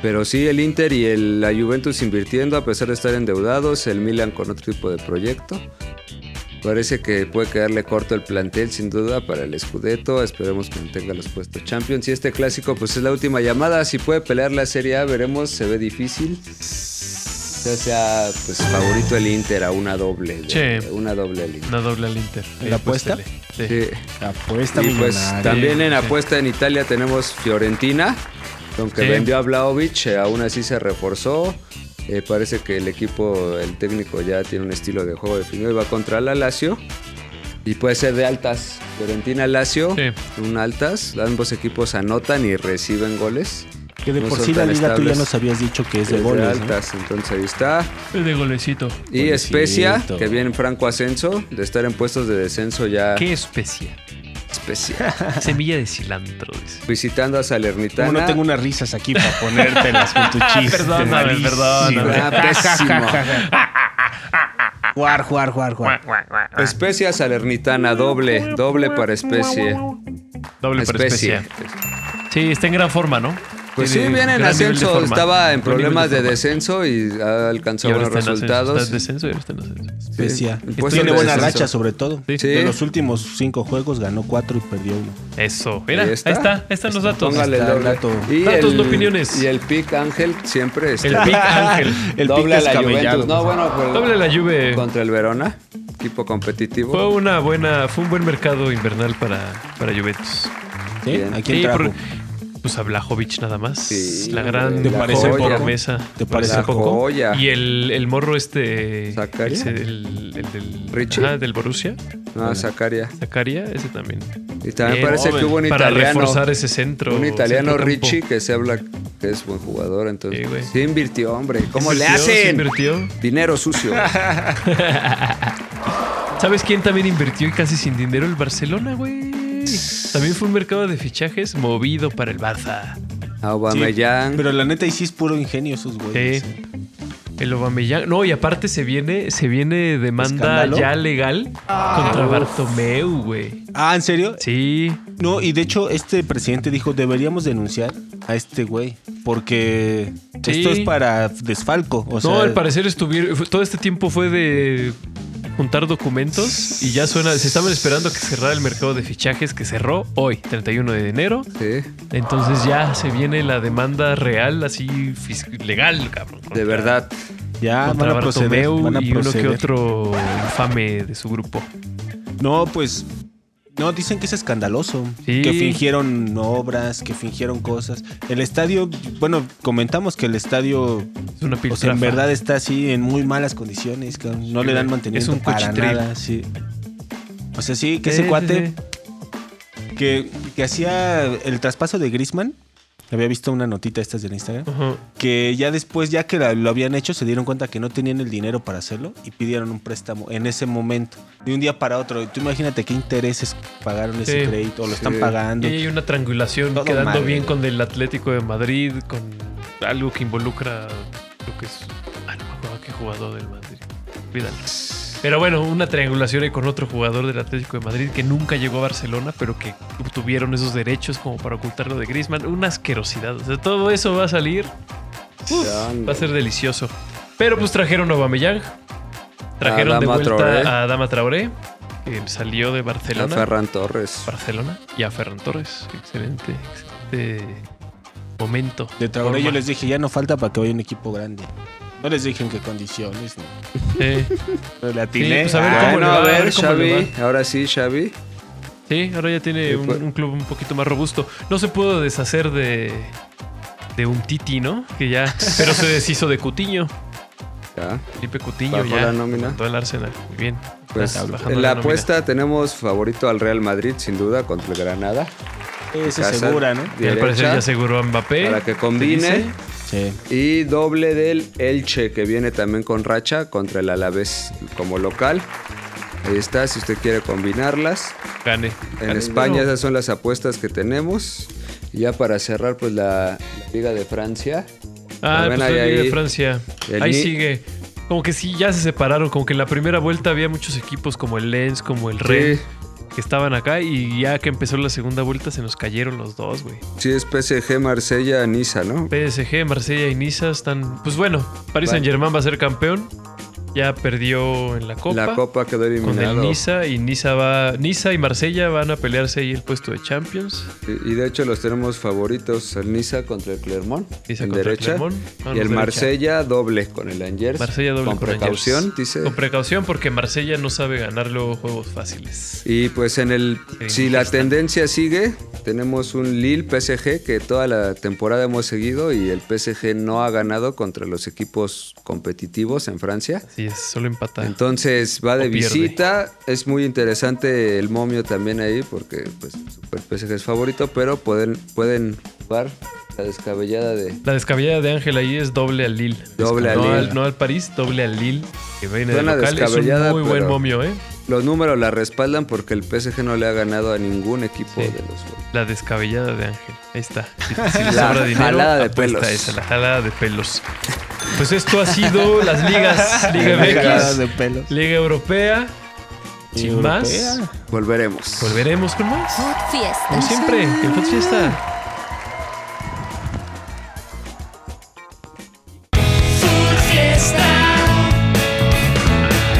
Pero sí, el Inter y el- la Juventus invirtiendo a pesar de estar endeudados, el Milan con otro tipo de proyecto. Parece que puede quedarle corto el plantel, sin duda, para el Scudetto. Esperemos que mantenga los puestos Champions. Y este clásico, pues es la última llamada. Si puede pelear la Serie A, veremos. Se ve difícil. Ya sea, pues, favorito el Inter a una doble. de-
Che.
Una doble al Inter.
Una doble al Inter.
¿En
Eh,
la apuesta?
apuéstale. Sí.
Sí.
Apuesta
Y pues
millonaria.
también en
Sí.
apuesta en Italia tenemos Fiorentina, aunque
Sí.
vendió a Vlaovic, eh, aún así se reforzó. Eh, parece que el equipo, el técnico ya tiene un estilo de juego definido y va contra la Lazio. Y puede ser de altas. Fiorentina-Lazio,
Sí.
un altas. Ambos equipos anotan y reciben goles.
Que de
no
por
son
sí la
tan
liga tú ya
estables.
nos habías dicho que es de
Es
goles. ¿no?
altas, entonces ahí está.
Es de golecito.
Y
Golecito.
Especia, que viene en franco ascenso, de estar en puestos de descenso ya
¿Qué especia?
Especia.
Semilla de cilantro, dice.
Visitando a
Como
Salernitana.
no tengo unas risas aquí para ponértelas con
(laughs)
tu chiste.
Perdóname,
malísimo.
perdóname.
Ah, pésimo.
Juar, juar, juar, juar.
Ah.
Especia salernitana, doble, doble para especie.
Doble para especia. Sí, está en gran forma, ¿no?
Pues sí,
Tiene
viene en
gran nivel de
ascenso,
forma.
estaba en
Buen nivel
problemas de
forma.
descenso y ha alcanzado
Y ahora
buenos
está en ascenso. Está
resultados.
en descenso y ahora está en ascenso.
Especia.
Sí, pues
Tiene
son
buena
descenso.
racha, sobre todo.
Sí.
Sí.
De los últimos cinco juegos ganó cuatro y perdió uno.
Eso. Mira, ahí
Ahí
está.
está.
Ahí están los datos.
Póngale
está
el
el dato.
doble. Y
Datos,
el-
no opiniones.
Y el pick Ángel siempre
El
está (laughs)
Big Ángel.
El
doble
pick
a la
descabellado.
Juventus. No, bueno, pues,
Doble la Juve.
contra el Verona, equipo competitivo.
Fue una buena, fue un buen mercado invernal para, para Juventus.
¿Sí?
Bien.
¿A quién
Sí,
trajo?
por- pues a Blajovic nada más.
Sí,
la gran
¿te
parece
joya.
poco?
promesa.
¿Te parece
La
poco? joya.
Y el, el morro este.
¿Zacaria?
ese, el, el del,
¿Richie?
ajá, del Borussia.
No, Zacaria.
Zacaria, ese también.
Y también
Bien,
parece que
joven.
hubo un
Para
italiano.
reforzar ese centro.
Un italiano
centrocampo.
Richie que se habla que es buen jugador, entonces
Sí,
sí,
güey.
invirtió, hombre. ¿Cómo le
Invirtió, sí
hacen?
Invirtió.
Dinero sucio.
(laughs) ¿Sabes quién también invirtió y casi sin dinero? El Barcelona, güey. También fue un mercado de fichajes movido para el Barça.
Aubameyang.
Pero la neta, y sí es puro ingenio esos
Sí.
güeyes. ¿eh?
El Obameyang. No, y aparte se viene, se viene demanda
¿Escándalo?
ya legal contra Bartomeu, güey.
Ah, ¿en serio?
Sí.
No, y de hecho este presidente dijo, deberíamos denunciar a este güey, porque
Sí.
esto es para desfalco. O
no,
sea,
al parecer estuvieron. fue- Todo este tiempo fue de juntar documentos y ya suena. Se estaban esperando que cerrara el mercado de fichajes que cerró hoy, 31 de enero.
Sí.
Entonces ya se viene la demanda real, así fis- legal, cabrón.
De
contra-
verdad.
ya Ah, van
Contra
a proceder.
Bartomeu
Van a
y uno que
proceder.
otro infame de su grupo.
No, pues. No, dicen que es escandaloso.
Sí.
Que fingieron obras, que fingieron cosas. El estadio, bueno, comentamos que el estadio,
Es una
o sea,
piltrafa.
en verdad está así en muy malas condiciones. cabrón. No
Sí,
le dan
güey.
mantenimiento
Es un
para
cuchitril.
nada. Sí. O sea, sí, que
Sí,
ese
sí,
cuate
sí.
que, que hacía el traspaso de Grisman, había visto una notita estas del Instagram,
Ajá.
que ya después, ya que la- lo habían hecho, se dieron cuenta que no tenían el dinero para hacerlo y pidieron un préstamo en ese momento, de un día para otro. Tú imagínate qué intereses pagaron ese
Sí.
crédito o lo están
Sí.
Y
pagando.
hay una triangulación
Todo
quedando
mal,
bien
güey.
con el Atlético de Madrid, con algo que involucra lo que es. Ah, no me acuerdo qué jugador del Madrid. Vidal. Pero bueno, una triangulación ahí con otro jugador del Atlético de Madrid que nunca llegó a Barcelona, pero que obtuvieron esos derechos como para ocultar lo de Griezmann. Una asquerosidad. O sea, todo eso va a salir. Uf,
Chale.
va a ser delicioso. Pero pues trajeron a Aubameyang. Trajeron
A
de
Adama
vuelta
Traoré.
a Dama Traoré, que salió de Barcelona.
Ferran Torres.
Barcelona y a Ferran Torres. Excelente, excelente momento.
De Traoré
Forma.
yo les dije, ya no falta para que vaya un equipo grande. No les dije en qué condiciones. No.
Sí,
Pero le
Sí,
atiné.
pues a ver
Ah,
cómo le
Bueno,
va,
a
a
ver,
ver cómo le
Xavi. Ahora sí, Xavi.
sí, ahora ya tiene
Sí,
un,
pues.
un club un poquito más robusto. No se pudo deshacer de, de un Titi, ¿no?
(laughs)
Que ya, pero se deshizo de Cutiño.
Ya.
Felipe Cutiño
Bajó
ya.
la nómina.
Todo el Arsenal. Muy bien.
Pues
Estás bajando
en la
nómina.
apuesta tenemos favorito al Real Madrid, sin duda, contra el Granada.
Ese
Casa
segura, ¿no?
Y al
derecha,
parecer ya aseguró a Mbappé.
Para que
¿Eh? ¿Te
combine.
dice?
Sí.
Y doble del Elche, que viene también con racha contra el Alavés como local. Ahí está, si usted quiere combinarlas.
Gane.
En
Gane,
España
bueno.
esas son las apuestas que tenemos. Y ya para cerrar, pues la, la Liga de Francia. También
Ah, pues la
hay
Liga
ahí-
de Francia.
el
ahí
Ni-
sigue. Como que sí, ya se separaron. Como que en la primera vuelta había muchos equipos como el Lens, como el Rennes,
Sí,
que estaban acá y ya que empezó la segunda vuelta se nos cayeron los dos, güey.
sí, es PSG, Marsella, Niza, ¿no?
PSG, Marsella y Niza están... Pues bueno, Paris
Va.
Saint-Germain va a ser campeón. Ya perdió en la Copa.
La Copa quedó
Con
eliminada.
el Niza y Niza va... Niza y Marsella van a pelearse ahí el puesto de Champions.
Y y de hecho los tenemos favoritos, el Niza contra el Clermont,
Niza
en
contra el
derecha,
Clermont. Vamos
y el
derecha.
Marsella doble con el Angers.
Marsella doble
con,
con Angers.
precaución, dice.
Con precaución porque Marsella no sabe ganar luego juegos fáciles.
y pues en el
Sí,
si la
está.
tendencia sigue, tenemos un Lille PSG que toda la temporada hemos seguido y el PSG no ha ganado contra los equipos competitivos en Francia.
Así es, solo empatar.
Entonces va de
O pierde.
visita. Es muy interesante el momio también ahí, porque pues Super PSG es favorito, pero pueden, pueden jugar la descabellada de.
La descabellada de Ángel ahí es doble al Lille.
Doble al
no
Lille.
Al, no al París, doble al Lille. Que viene de
Suena
local. Es un muy
descabellada,
buen
pero-
momio, ¿eh?
Los números la respaldan porque el PSG no le ha ganado a ningún equipo
Sí.
de los.
La descabellada de Ángel. Ahí está. Si,
(laughs)
si le
La
sobra dinero,
jalada de
apuesta
pelos.
a Esa, la jalada de pelos. Pues esto ha sido las
(laughs)
ligas Liga
Cagada
MX,
de pelos.
Liga Europea. Sin
Europea.
más,
Volveremos.
volveremos con más.
Food Fiesta.
Como siempre, el Fox Fiesta.
Food Fiesta.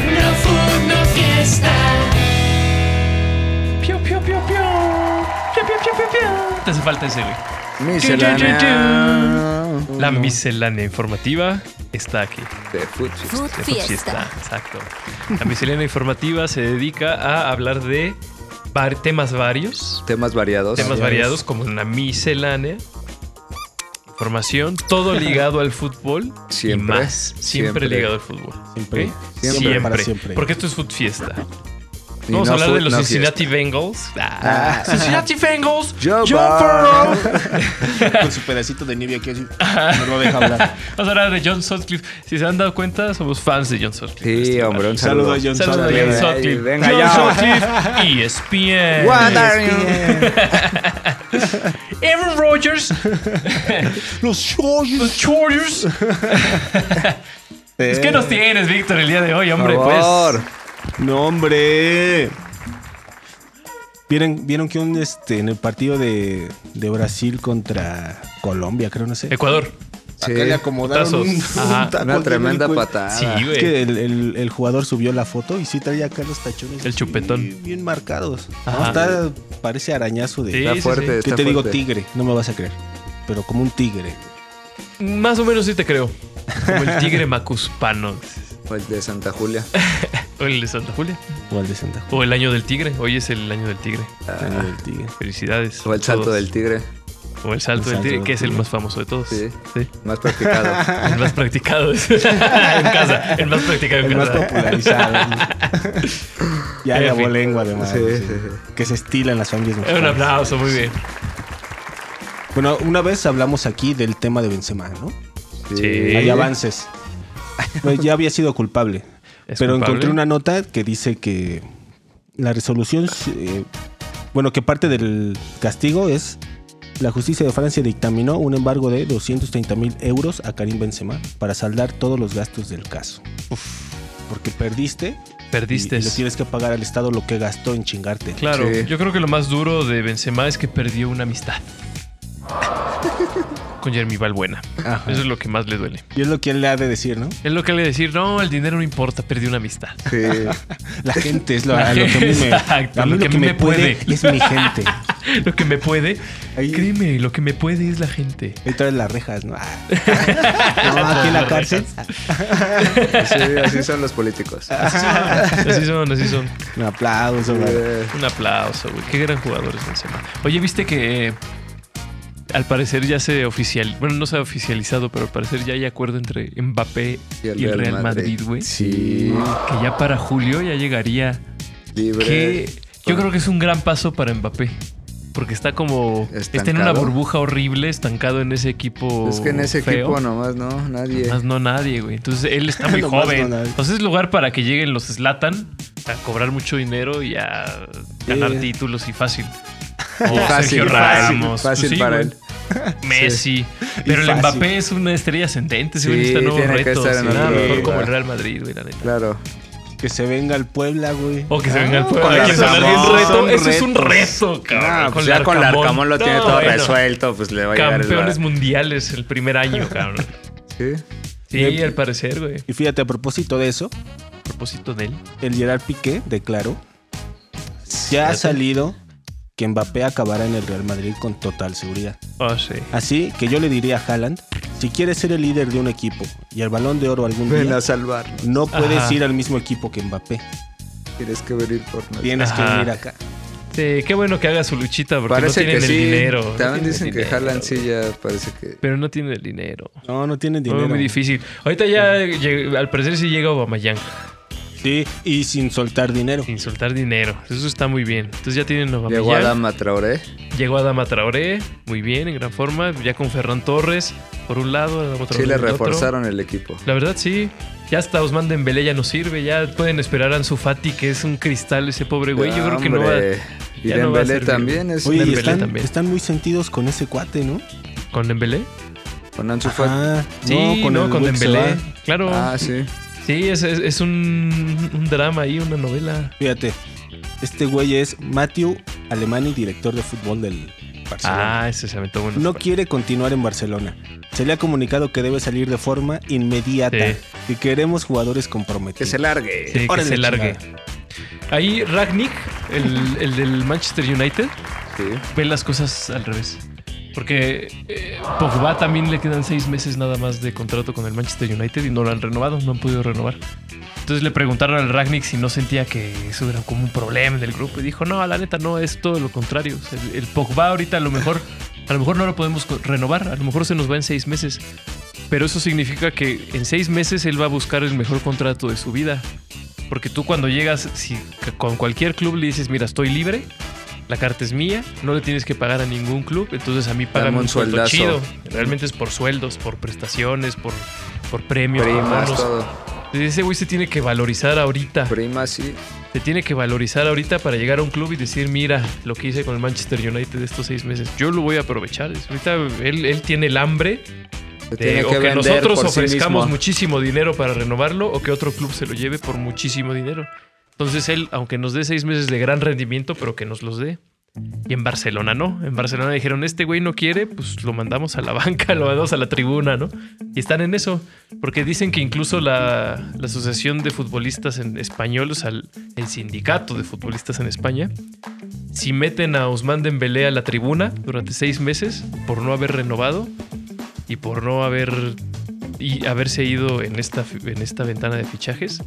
No food, no fiesta.
Piu, piu, piu, piu. Piu, piu, piu, piu, piu. Te hace falta ese, güey.
Miscelánea
La miscelánea informativa está aquí.
de Futsi.
Food
de Fox
Fiesta.
Exacto. La miscelánea informativa se dedica a hablar de var- temas varios,
Temas variados.
temas variados como una miscelánea, información, todo ligado al fútbol
Siempre,
y más, siempre,
siempre.
ligado al fútbol.
Siempre.
¿ok?
Siempre,
Siempre,
para siempre.
Porque esto es Food Fiesta.
Y
Vamos
no
a hablar
fut-
de los
no
Cincinnati Bengals. Ah, Cincinnati Bengals.
Joe
Burrow.
Con su pedacito de nieve aquí así. No lo deja hablar.
(laughs) Vamos a hablar de John Sutcliffe. Si se han dado cuenta, somos fans de John Sutcliffe.
fiesta. Sí,
Este,
hombre, un saludo.
Saludo a John
Saludos a
Sutcliffe.
John
Ey,
Sutcliffe.
venga
John E
ya. (laughs)
Sutcliffe, ESPN.
(laughs)
Aaron Rodgers. Los Chargers. Es que nos tienes, Víctor, el día de hoy, hombre.
Por
Pues.
favor.
No, hombre.
¿Vieron, vieron que un, este, en el partido de, de Brasil contra Colombia, creo, no sé.
Ecuador.
Sí.
Acá le acomodaron
Putazos.
un,
Ajá.
un taco
Una
bien
tremenda
rico.
patada.
Sí, güey.
Es que el, el- el jugador subió la foto y sí traía acá los tachones.
El chupetón.
Bien, bien marcados. ¿no?
Ajá.
Está, parece arañazo de...
Sí,
Está
sí,
fuerte,
sí.
¿Qué
está
te digo
fuerte.
tigre? No me vas a creer. Pero como un tigre.
Más o menos sí te creo. Como el (laughs) tigre macuspano.
O El de Santa
(laughs)
Julia.
O el de Santa Julia.
O al de Santa
O el año del tigre. Hoy es el año del tigre.
Ah.
Julia. no, del tigre.
Felicidades.
O el
a
salto
todos.
del tigre.
O el salto del
El salto
tigre,
del
que es el
tigre.
más famoso de todos.
Sí.
sí.
Más
(laughs)
practicado.
El más practicado es- en casa. El más practicado en
El más
casa.
popularizado. ¿no?
(laughs)
ya
En
la
fin.
lengua, además.
Sí,
sí.
sí,
Que se estila en las familias
Un
mexicanas.
aplauso, muy bien.
Bueno, una vez hablamos aquí del tema de Benzema, ¿no?
Sí.
Hay avances. (laughs) Pues ya había sido culpable.
¿Es
pero
culpable?
encontré una nota que dice que la resolución, eh, bueno, que parte del castigo es la justicia de Francia dictaminó un embargo de 230 mil euros a Karim Benzema para saldar todos los gastos del caso. Porque perdiste, y-
Perdiste.
y le tienes que pagar al Estado lo que gastó en chingarte.
Claro,
Sí.
yo creo que lo más duro de Benzema es que perdió una (laughs) amistad. Con Jeremy Valbuena.
Ajá.
Eso es lo que más le duele.
Y es lo que él le ha de decir, ¿no?
Es lo que le decir, no, el dinero no importa, perdí una amistad. (laughs)
Sí.
(laughs) La gente es lo,
La
a lo que a mí me,
Exacto,
a mí lo que me puede, es mi (laughs) gente.
Lo que me puede,
Ahí-
créeme, lo que me puede es la (laughs) gente.
Ahí traes las rejas, ¿no? (laughs) Ah. No, aquí en la cárcel.
Sí, así son los
(laughs)
políticos.
Ah, Así son, así son.
Un aplauso, güey.
Eh,
Un aplauso, güey. Qué gran jugador es Benzema. Oye, viste que eh, al parecer ya se oficial, bueno, no se ha oficializado, pero al parecer ya hay acuerdo entre Mbappé y el, Real, Madrid, güey.
Sí.
Que ya para julio ya llegaría.
Libre.
Que yo creo que es un gran paso para Mbappé. Porque está como. Está en una
Estancado.
burbuja horrible, estancado en ese equipo.
Es que en ese
feo.
equipo nomás no, nadie.
Más no nadie, güey. Entonces él está muy
Nomás
joven.
no nadie.
Entonces es lugar para que lleguen los Slatan a cobrar mucho dinero y a ganar
Sí.
títulos
(laughs)
y fácil. O
(laughs) fácil,
Sergio
y fácil,
Ramos.
fácil
pues sí,
para
güey.
él.
Messi. Pero el
fácil.
Mbappé es una estrella ascendente, sí, güey.
Sí,
Necesita nuevos
tiene que
retos.
estar en
sí,
otro
nada mejor
lugar.
como el Real Madrid, güey, la neta.
Claro.
Que se venga al Puebla, güey.
O que se venga el pueblo.
Ah, con
Hay que
Arcamón.
hablar de un reto.
Son
Eso es un
retos.
reto, cabrón.
No, pues ya con el Arcamón lo tiene
No,
todo
bueno.
resuelto, pues le va a llegar el
Campeones
bar.
mundiales el
(laughs)
primer año, cabrón.
Sí.
Sí, al parecer, güey.
Y fíjate, a propósito de eso,
A propósito de él.
el Gerard Piqué declaró: Ya ha salido que Mbappé acabará en el Real Madrid con total seguridad.
Ah,
Oh, sí.
Así que yo le diría a Haaland: Si quieres ser el líder de un equipo y el balón de oro algún
Ven
día,
a salvar.
no puedes
Ajá.
ir al mismo equipo que Mbappé.
Tienes que venir por nosotros.
Tienes
Ajá.
que venir acá.
Sí, qué bueno que haga su luchita porque
parece
no tienen
que
el
sí.
dinero. No
También
tienen
dicen que
dinero,
Haaland
güey.
sí ya parece que.
Pero no tiene el dinero.
No, no tienen
Fue
dinero.
muy difícil. Ahorita ya, lleg- al parecer, sí llega Obama-Yang
Sí, y sin soltar dinero.
sin soltar dinero. Eso está muy bien. Entonces ya tienen
Llegó
Obama-Yang
Adama Traoré.
Llegó Adama Traoré, muy bien, en gran forma. Ya con Ferran Torres, por un lado. Adama Traoré
Sí, le
del otro.
reforzaron el equipo.
La verdad, sí. Ya hasta Osman Dembélé ya no sirve. Ya pueden esperar a Ansu Fati, que es un cristal ese pobre güey. Yo creo que no va...
Hombre, Y
ya no va a
Dembélé
servir.
también es
Oye, y
Dembélé
están,
también.
están muy sentidos con ese cuate, ¿no?
¿Con Dembélé?
con Ansu Fati.
Ah,
Sí, no, con,
el güey que se
Dembélé.
va.
Claro.
Ah, sí.
Sí, es, es- es un, un drama ahí, una novela.
Fíjate, este güey es Matthew Alemani, director de fútbol del Barcelona.
Ah, ese se aventó bueno.
no quiere continuar en Barcelona. Se le ha comunicado que debe salir de forma inmediata
Sí.
y queremos jugadores
Que
comprometidos.
se largue.
Sí, que
Órale,
se largue.
chingada.
Ahí Ragnick, el, el del Manchester United,
Sí.
ve las cosas al revés. Porque eh, Pogba también le quedan seis meses nada más de contrato con el Manchester United y no lo han renovado, no han podido renovar. Entonces le preguntaron al Ragnick si no sentía que eso era como un problema del grupo y dijo, no, la neta no, es todo lo contrario. O sea, el, el Pogba ahorita a lo mejor, a lo mejor no lo podemos co- renovar, a lo mejor se nos va en seis meses. Pero eso significa que en seis meses él va a buscar el mejor contrato de su vida. Porque tú cuando llegas, si c- con cualquier club le dices, mira, estoy libre, la carta es mía, no le tienes que pagar a ningún club, entonces a mí pagan
Dame
un,
un
sueldo chido.
sueldazo.
Realmente es por sueldos, por prestaciones, por, por premios, por
Primas,
bonos.
todo.
Pues Ese güey se tiene que valorizar ahorita.
Primas, sí.
Se tiene que valorizar ahorita para llegar a un club y decir, mira, lo que hice con el Manchester United estos seis meses, yo lo voy a aprovechar. Es- Ahorita él, él tiene el hambre
Se
de-
Eh, tiene
Eh, o
que
que,
vender
nosotros
por sí
ofrezcamos
mismo.
muchísimo dinero para renovarlo o que otro club se lo lleve por muchísimo dinero. Entonces él, aunque nos dé seis meses de gran rendimiento, pero que nos los dé. Y en Barcelona no. En Barcelona dijeron, este güey no quiere, pues lo mandamos a la (laughs) banca, lo mandamos a la tribuna, ¿no? Y están en eso. Porque dicen que incluso la, la Asociación de Futbolistas en Españoles, al- el sindicato de futbolistas en España, si meten a Ousmane Dembélé a la tribuna durante seis meses por no haber renovado y por no haber y haberse ido en esta, fi- en esta ventana de fichajes,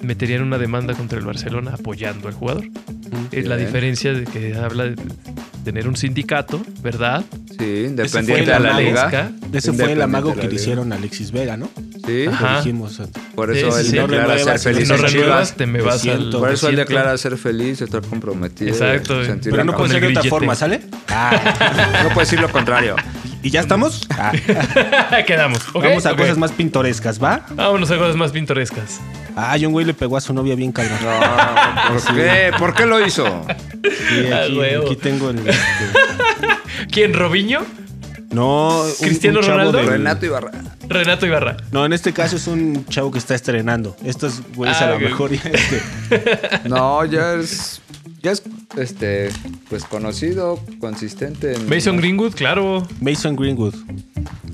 meterían una demanda contra el Barcelona apoyando al jugador. Es la
Bien.
diferencia de que habla de tener un sindicato, ¿verdad?
Sí,
fue
independiente
la
a la
Mago.
liga.
Esca.
Ese fue el
Independiente de
amago
la
que le
liga.
hicieron a Alexis Vega, ¿no?
Sí,
Ajá.
Lo dijimos.
por
Sí,
eso
sí,
él
sí.
declara
No
ser
renuevas,
feliz
si no
en
renuevas,
Chivas.
te me vas
Lo
al...
siento.
Por eso él
siento.
declara ser feliz, estar comprometido.
Exacto.
sentir
Pero
la
no
causa.
con
puede ser de
el
otra
grillete.
forma, ¿sale?
No puedes decir lo
(laughs)
contrario.
¿Y ya estamos? Ah,
Quedamos. ¿ok?
Vamos a
Ok.
cosas más pintorescas, ¿va?
Vámonos a cosas más pintorescas.
Ah, y un güey le pegó a su novia bien cabrón.
No, ¿por qué? ¿Por qué lo hizo?
Sí,
Ah,
aquí,
huevo.
aquí tengo el... este,
¿Quién? ¿Robiño?
no, un-
¿Cristiano
chavo
Ronaldo?
del-
Renato Ibarra.
Renato Ibarra.
No, en este caso es un chavo que está estrenando. Estos güeyes
Ah,
a lo
ok.
mejor... ya, este,
(laughs) No, ya es. Ya es este. Pues conocido, consistente en.
Mason Greenwood, claro.
Mason Greenwood.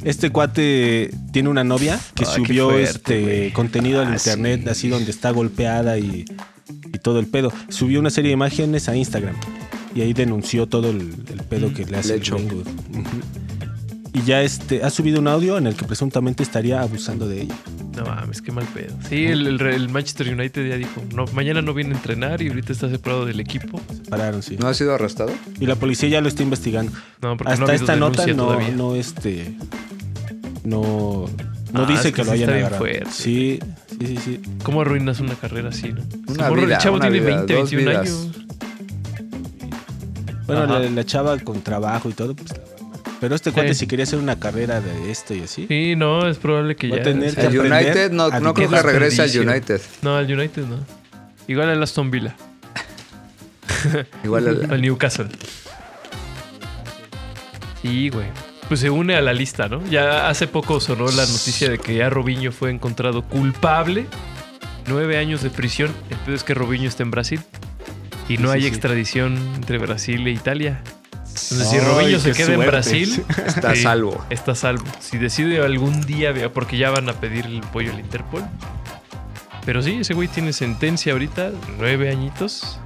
Este cuate tiene una novia que
Ay, qué
subió
fuerte,
este
güey.
contenido al
Ah,
internet, así donde está golpeada y, y todo el pedo. Subió una serie de imágenes a Instagram y ahí denunció todo el, el pedo que le hace
Lecho.
Greenwood. Ujú. Y ya este, ha subido un audio en el que presuntamente estaría abusando de ella.
No mames, qué mal pedo. Sí, el, el- el Manchester United ya dijo, no, mañana no viene a entrenar y ahorita está separado del equipo.
Se pararon, sí.
¿No ha sido arrestado?
Y la policía ya lo está investigando.
No, porque
Hasta
no ha habido
esta nota
denuncia
no,
todavía.
no, este, no, no
Ah,
dice
es
que,
que
lo
sí
hayan
está bien
agarrado.
fuerte.
Sí, sí, sí, sí.
¿Cómo arruinas una carrera así, no?
Una
Morro,
vida,
el chavo
una
tiene
vida,
20,
dos
21
vidas.
años.
Bueno,
Ajá.
la, la chava con trabajo y todo, pues, la va mal. Pero este cuate,
Sí.
si quería hacer una carrera de esto y así,
Sí, no, es probable que
Va a
ya...
tener que-
El
aprender
United no,
a
no
qué
creo que regrese al
desperdicio.
United.
No, al United no. Igual al Aston Villa,
Igual
(laughs)
el-
al Newcastle. Sí, güey. Pues se une a la lista, ¿no? Ya hace poco sonó la noticia de que ya Robinho fue encontrado culpable. Nueve años de prisión. El pedo es que Robinho está en Brasil. Y no
Sí, sí,
hay
sí.
extradición entre Brasil e Italia. Entonces, si
Ay,
Robinho se
qué
queda en
suerte. (laughs)
Brasil,
está a
(laughs) Sí.
salvo.
está salvo. Si decide algún día, vea, porque ya van a pedir el apoyo al Interpol. Pero sí, ese güey tiene sentencia ahorita, nueve añitos,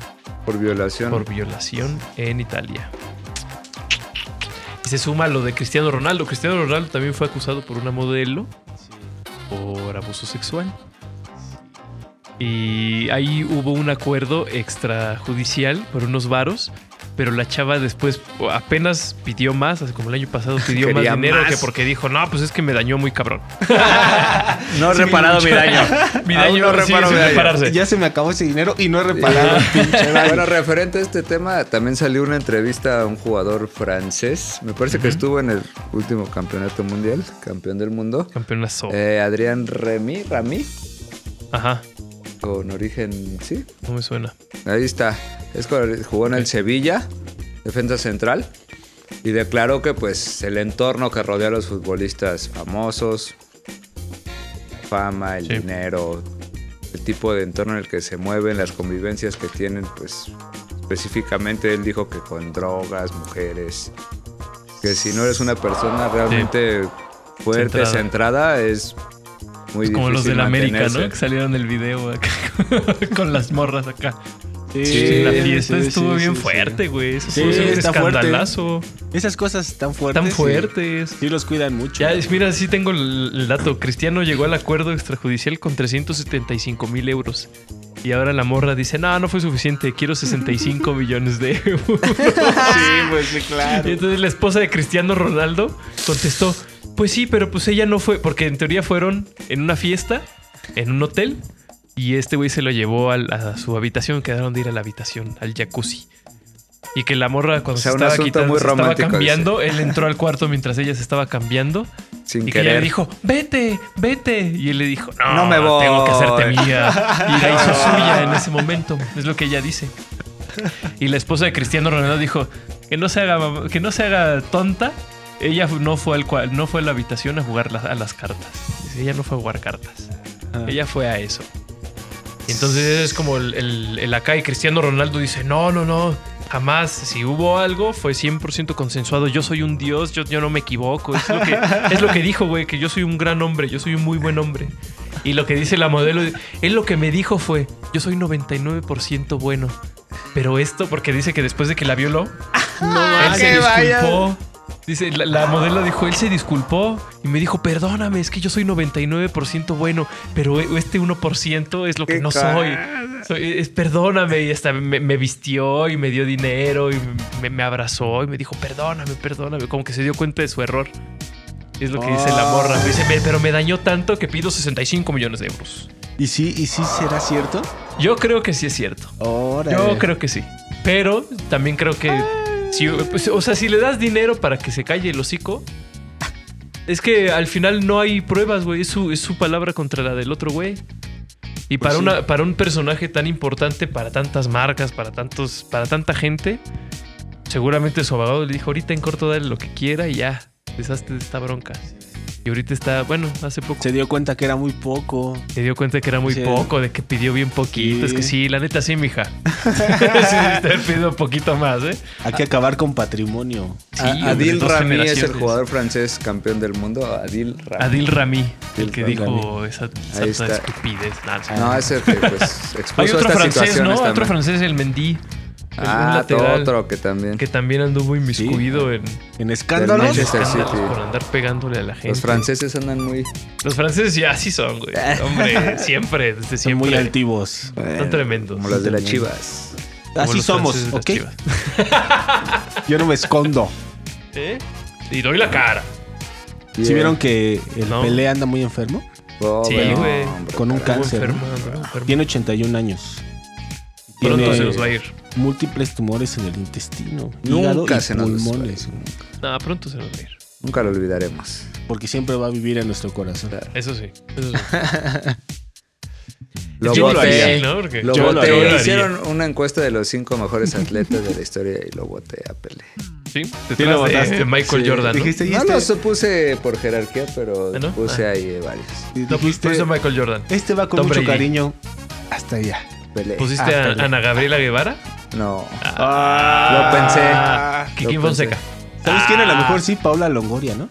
Por violación.
por violación en Italia. Y se suma lo de Cristiano Ronaldo. Cristiano Ronaldo también fue acusado por una modelo por abuso sexual. Y ahí hubo un acuerdo extrajudicial por unos varos, pero la chava después apenas pidió más, así como el año
(laughs)
pasado pidió más
Quería
dinero
más.
que porque dijo, no, pues es que me dañó
(laughs)
muy cabrón.
No he
Sí,
reparado mi
mucho.
daño.
(laughs) Mi
Aún
daño
no
sí,
reparo
sin
mi daño.
repararse.
(laughs) Ya se me acabó ese dinero y no he reparado.
Bueno, referente a este tema, también salió una entrevista a un jugador francés. Me parece que estuvo en el último campeonato mundial, campeón del mundo.
Campeonazo.
Eh, Adrián Remy, Rami,
Ajá,
con origen, sí,
no me suena.
Ahí está. Es cuando jugó en el Sevilla, defensa central, y declaró que pues el entorno que rodea a los futbolistas famosos, fama, el
Sí.
dinero, el tipo de entorno en el que se mueven, las convivencias que tienen, pues específicamente él dijo que con drogas, mujeres, que si no eres una persona realmente fuerte, centrada, es muy
Es Pues como los
difícil
del América, ¿no? Que
mantenerse.
salieron el video acá (laughs) con las morras acá.
Sí,
Sí, la fiesta
sí,
estuvo
sí,
bien
sí,
fuerte, güey. Eso
Sí,
fue un
está fuerte.
escandalazo.
sí. Esas cosas están fuertes.
Tan
sí.
fuertes.
Sí, los cuidan mucho.
Ya, es- mira, sí tengo el el dato. Cristiano llegó al acuerdo extrajudicial con 375 mil euros. Y ahora la morra dice, no, no fue suficiente, quiero 65 (laughs) millones de euros.
sí, pues sí, claro.
Y entonces la esposa de Cristiano Ronaldo contestó, pues sí, pero pues ella no fue, porque en teoría fueron en una fiesta, en un hotel, y este güey se lo llevó al- a su habitación, quedaron de ir a la habitación, al jacuzzi. Y que la morra cuando
O sea,
se
un
estaba
asunto
quitando,
muy
se estaba
romántico,
cambiando, él entró al cuarto mientras ella se estaba cambiando
Sin
y que ella
querer.
le dijo, vete, vete. Y él le dijo, no,
No me voy".
Tengo que
(laughs)
hacerte mía. Y la hizo suya en ese momento. Es lo que ella dice. Y la esposa de Cristiano Ronaldo dijo, que no se haga, mam- que no se haga tonta. ella no fue, al cua- no fue a la habitación a jugar las- a las cartas. Dice, Ella no fue a jugar cartas.
Ah.
Ella fue a eso. Y entonces es como el, el- el acá y Cristiano Ronaldo dice, no, no, no, jamás, si hubo algo fue 100% consensuado, yo soy un dios, yo, yo no me equivoco, es lo que, es lo que dijo, güey, que yo soy un gran hombre, yo soy un muy buen hombre. Y lo que dice la modelo, él lo que me dijo fue, yo soy 99% bueno. Pero esto, porque dice que después de que la violó, él se
que vaya.
disculpó. Dice, la, la modelo dijo, él se disculpó y me dijo, perdóname, es que yo soy 99% bueno, pero e- este 1% es lo que
Qué
no soy. Soy- es, perdóname y hasta me, me vistió y me dio dinero y me, me abrazó y me dijo, perdóname, perdóname, como que se dio cuenta de su error. Es lo que dice la morra. Dice, "Me- pero me dañó tanto que pido 65 millones de euros.
¿Y sí, y sí será cierto?
Yo creo que sí es cierto.
Órale.
Yo creo que sí. Pero también creo que. Si, pues, o sea, si le das dinero para que se calle el hocico. Es que al final no hay pruebas, güey. Es su, es su palabra contra la del otro, güey. Y para,
Pues sí.
una, para un personaje tan importante, para tantas marcas, para, tantos, para tanta gente, seguramente su abogado le dijo: Ahorita en corto, dale lo que quiera y ya. Deshazte de esta bronca. Y ahorita está, bueno, hace poco
Se dio cuenta que era muy poco.
se dio cuenta que era muy
Sí.
poco, de que pidió bien poquito.
Sí.
Es que sí, la neta
(laughs)
sí, mija. sí, debiste haber pedido un poquito más, ¿eh?
Hay que acabar con patrimonio.
Sí,
A-
hombre,
Adil
dos
Rami es el
generaciones.
jugador francés campeón del mundo. Adil Rami.
Adil Rami, el
Adil
que
Rami.
dijo esa
Ahí está.
salta estupidez. Nah, sí.
No, es el que
(laughs)
pues,
Hay
expuso
otro
estas
francés, ¿no?
situaciones
Otro
también.
francés, el Mendy. el- un
Ah, todo
lateral
otro que también.
Que también anduvo inmiscuido en
En escándalos.
Manchester
escándalos
City.
por andar pegándole a la gente.
Los franceses andan muy... eh,
Los franceses ya así
(laughs)
son, güey. Hombre, siempre, desde
Son
siempre.
muy altivos.
bueno,
tremendos.
Como los de las chivas.
Como
Así
los
somos,
franceses de
¿ok?
las Chivas.
Yo no me escondo.
¿Eh? Y doy la cara.
¿Sí vieron que el
No.
Pelé anda muy enfermo?
Oh,
Sí,
bueno,
güey.
hombre,
Con un
caray.
cáncer.
Enfermo,
¿no?
hombre, enfermo.
Tiene 81 años.
Pronto
Tiene
se nos va a ir.
múltiples tumores en el intestino, hígado
Nunca
y
se nos
pulmones.
desfue.
No, pronto se nos va a ir.
Nunca lo olvidaremos.
Porque siempre va a vivir en nuestro corazón.
Eso sí. Eso sí.
Lo
Yo lo
voté.
haría, ¿no? Porque
Lo
yo lo
voté.
haría.
Hicieron una encuesta de los cinco mejores atletas de la historia y lo voté a Pelé.
Sí, detrás
lo
de
votaste.
Michael
Sí.
Jordan. ¿no?
Dijiste, ¿y
No
este?
los puse por jerarquía, pero
¿Ah, no?
puse
Ah.
ahí eh, varios.
No, pues,
Dijiste,
por eso Michael Jordan.
este va con
Tom
mucho
Brady.
cariño hasta allá.
Pelé. Ah,
¿Pusiste
Ah,
a
perdón.
Ana Gabriela Guevara?
No.
Ah,
Ah,
lo
Kikín
pensé.
Fonseca.
¿Sabes quién a lo
Ah.
mejor sí? Paula Longoria, ¿no?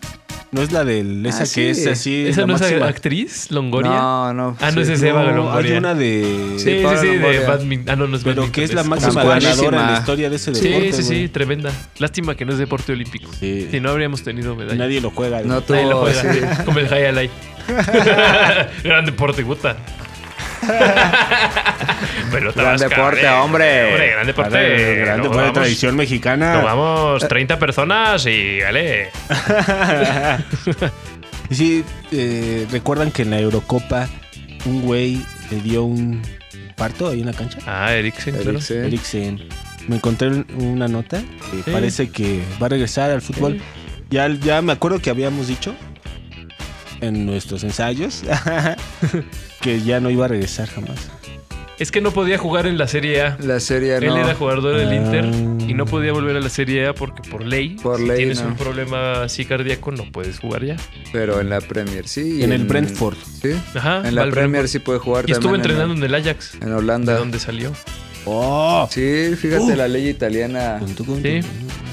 No es la de esa
Ah,
que
sí.
es así.
¿Esa
la
no es
máxima.
actriz? ¿Longoria?
No, no.
Ah, no,
sí.
ese es Eva
No, hay
Longoria.
una de.
Sí, sí,
Paola
sí, de
Longoria.
badminton. Ah, no, no es
Pero
badminton,
que es la
como
máxima
buenísima.
ganadora en la historia de ese
Sí,
deporte.
sí, sí,
güey.
tremenda. Lástima que no es deporte olímpico.
Sí.
Si no habríamos tenido medalla.
Nadie lo juega.
No
güey.
tuvo.
Nadie lo juega.
sí.
sí, (laughs) Como el High Alive. Gran deporte, puta. Pelotas,
Gran deporte,
cabrón.
hombre.
Gran deporte.
Padre, grande
Nos
por la
vamos-
tradición mexicana.
Nos vamos 30 personas y dale.
Y sí, eh, recuerdan que en la Eurocopa un güey le dio un parto ahí en la cancha.
Ah, Eriksen, claro.
Eriksen.
Eriksen. Me encontré una nota que
Sí.
parece que va a regresar al fútbol. Ya, ya me acuerdo que habíamos dicho en nuestros
(laughs)
ensayos que ya no iba a regresar jamás.
Es que no podía jugar en la Serie A.
La serie
Él
no.
era jugador del
Ah.
Inter y no podía volver a la Serie A porque por ley,
Por
si
ley,
tienes
no.
un problema así cardíaco no puedes jugar ya.
Pero en la Premier, sí. y
En el Brentford.
Sí.
Ajá,
en la
va al
Premier
Brentford.
sí puede jugar
Y estuvo
también en-
entrenando en el Ajax.
En
¿De
Holanda.
dónde salió?
¡Oh!
Sí, fíjate
Uh.
la ley italiana
Sí.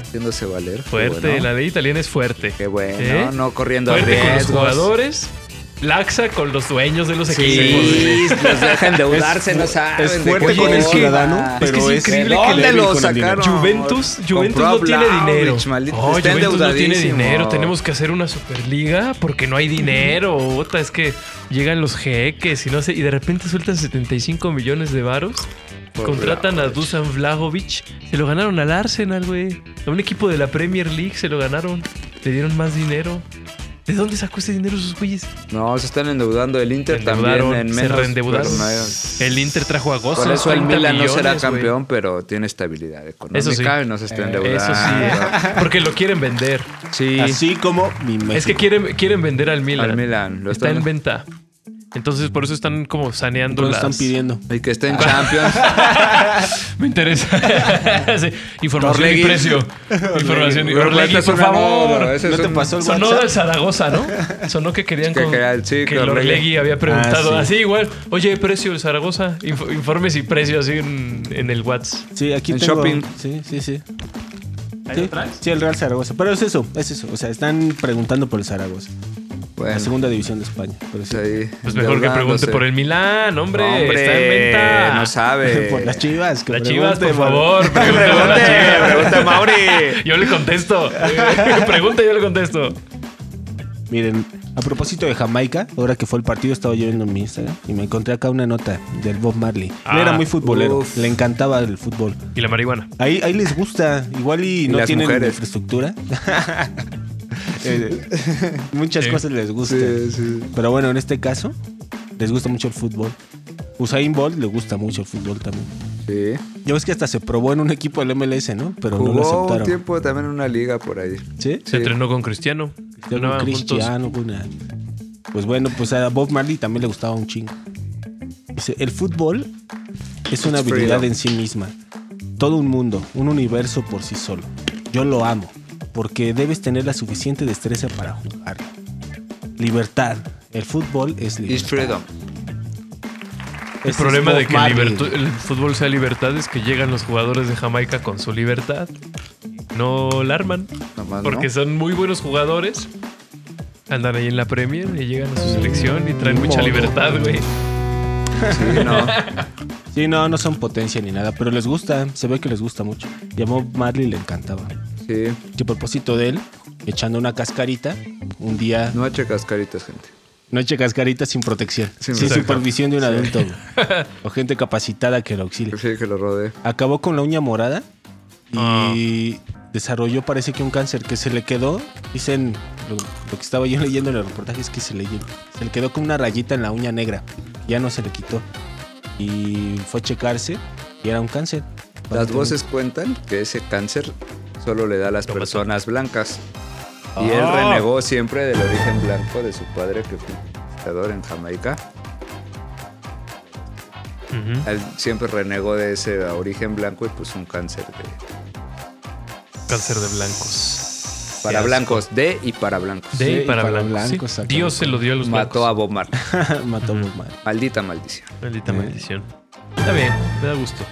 haciéndose valer.
Fuerte,
Qué bueno.
la ley italiana es fuerte.
Qué bueno,
¿Eh?
no corriendo
Fuerte con los
riesgos.
jugadores, laxa con los dueños de los equipos.
Sí, los
(laughs)
dejan endeudarse, no saben.
es
de
fuerte
qué
con el
cosa.
ciudadano,
Es que
pero
sí,
es,
increíble que
débil
¿Dónde lo
con el dinero.
sacaron?
Juventus,
Con
Juventus no
Pavlovich,
tiene dinero.
maldito,
No,
está
Juventus no tiene
endeudadísimo.
dinero. Tenemos que hacer una Superliga porque no hay dinero. Otra es que llegan los jeques y no sé, y de repente sueltan 75 millones de varos.
Por
Contratan a
Vlahovic.
Dusan Vlahovic. Se lo ganaron al Arsenal, güey. A un equipo de la Premier League se lo ganaron. Le dieron más dinero. ¿De dónde sacó ese dinero sus güeyes?
No, se están endeudando. El Inter
Se endeudaron,
también en menos.
se reendeudaron.
pero no-
El Inter trajo a Gozo.
Por eso el
30
Milan no será
millones, güey.
campeón, pero tiene estabilidad económica
Eso sí. ¿eh?
y no se está
Eh,
endeudando.
Eso sí, (laughs) porque lo quieren vender.
Sí,
Así como mi México.
Es que quieren, quieren vender al Milan.
al Milan. Lo
Está
están-
en venta. Entonces por eso están como saneando
Lo
las...
están pidiendo.
Y que esté en Champions.
(laughs) Me interesa. (laughs) Sí, Información
Orlegui.
y precio. Información y Orlegui,
Ese es
por
un
favor.
amor, ese
¿No
es
te
un-
pasó el
Sonó
WhatsApp?
de Zaragoza, ¿no? Sonó que
(laughs)
querían
Que
con-
quería el chico,
que el
Orlegui.
Orlegui había preguntado.
Ah, sí.
Así igual. Oye, precio de Zaragoza. Inf- informes y precio así en, en el WhatsApp.
Sí, aquí
En
tengo-
shopping.
Sí, sí, sí. Sí, sí, el Real Zaragoza. Pero es eso, es eso. O sea, están preguntando por el Zaragoza.
Bueno,
La segunda división de España. Pero sí.
ahí,
Pues mejor que pregunte
endeudándose.
por el Milán, hombre.
Hombre,
está en venta.
No sabe.
(laughs) Por las chivas. que
La Chivas, por
pregunten, (laughs)
favor. pregunta por la
Pregunte,
Chivas.
pregunte a Mauri.
(laughs) Yo le
(laughs)
contesto. Pregunta, yo le contesto.
Miren, a propósito de Jamaica, ahora que fue el partido, estaba yo viendo mi Instagram y me encontré acá una nota del Bob Marley. Él
Ah,
era muy futbolero,
uf.
le encantaba el fútbol.
Y la marihuana.
Ahí, ahí les gusta, igual y no
las
tienen
mujeres. (laughs)
infraestructura. Eh, Muchas
Sí.
cosas les gusta.
Sí, sí.
Pero bueno, en este caso, les gusta mucho el fútbol. Usain Bolt le gusta mucho el fútbol también.
Sí.
Ya ves que hasta se probó en un equipo del MLS, ¿no? Pero no lo
Jugó un
aceptaron.
tiempo también en una liga por ahí.
¿Sí?
Se entrenó con Cristiano.
Ya con
Entrenaban juntos.
Cristiano, con una- Pues bueno, pues a Bob Marley también le gustaba un chingo. Dice, el fútbol es una
It's
habilidad
freedom.
en sí misma. Todo un mundo, un universo por sí solo. Yo lo amo, porque debes tener la suficiente destreza para jugarlo. Libertad. El fútbol
It's
es libertad.
freedom.
Ese
El
es
problema
Bob
de que
Marley.
libertu- el fútbol sea libertad es que llegan los jugadores de Jamaica con su libertad. No la arman.
Nomás,
Porque
¿no?
son muy buenos jugadores. Andan ahí en la Premier y llegan a su selección y traen
Ni
mucha
modo.
libertad, güey.
Sí, no.
Sí, no, no son potencia ni nada, pero les gusta, se ve que les gusta mucho. Y a Bob Marley le encantaba.
Sí.
Que a propósito de él, echando una cascarita, un día
No eche cascaritas, gente.
Noche cascarita sin protección.
Sin
Sin,
protección.
supervisión de un
(laughs)
adulto. güey. O gente capacitada que lo auxilie.
Prefiero que lo rodee.
Acabó con la uña morada y
Ah.
desarrolló parece que un cáncer que se le quedó. Dicen, lo, lo que estaba yo leyendo en el reportaje es que se le, se le quedó con una rayita en la uña negra. Ya no se le quitó. Y fue a checarse y era un cáncer.
Las voces cuentan que ese cáncer solo le da a las
Tómate.
personas blancas. Y él
Ah.
renegó siempre del origen blanco de su padre, que fue un conquistador en Jamaica.
Ujú.
Él siempre renegó de ese origen blanco y puso un cáncer de-
Cáncer de blancos.
para
asco.
blancos, de y para blancos.
De y
Sí,
para,
para
blancos. sí.
blancos, exacto.
Dios se lo dio a los
Mató a
blancos.
Bob Marley.
(laughs) Mató muy mal.
Maldita maldición.
Maldita maldición. Está bien, me da gusto.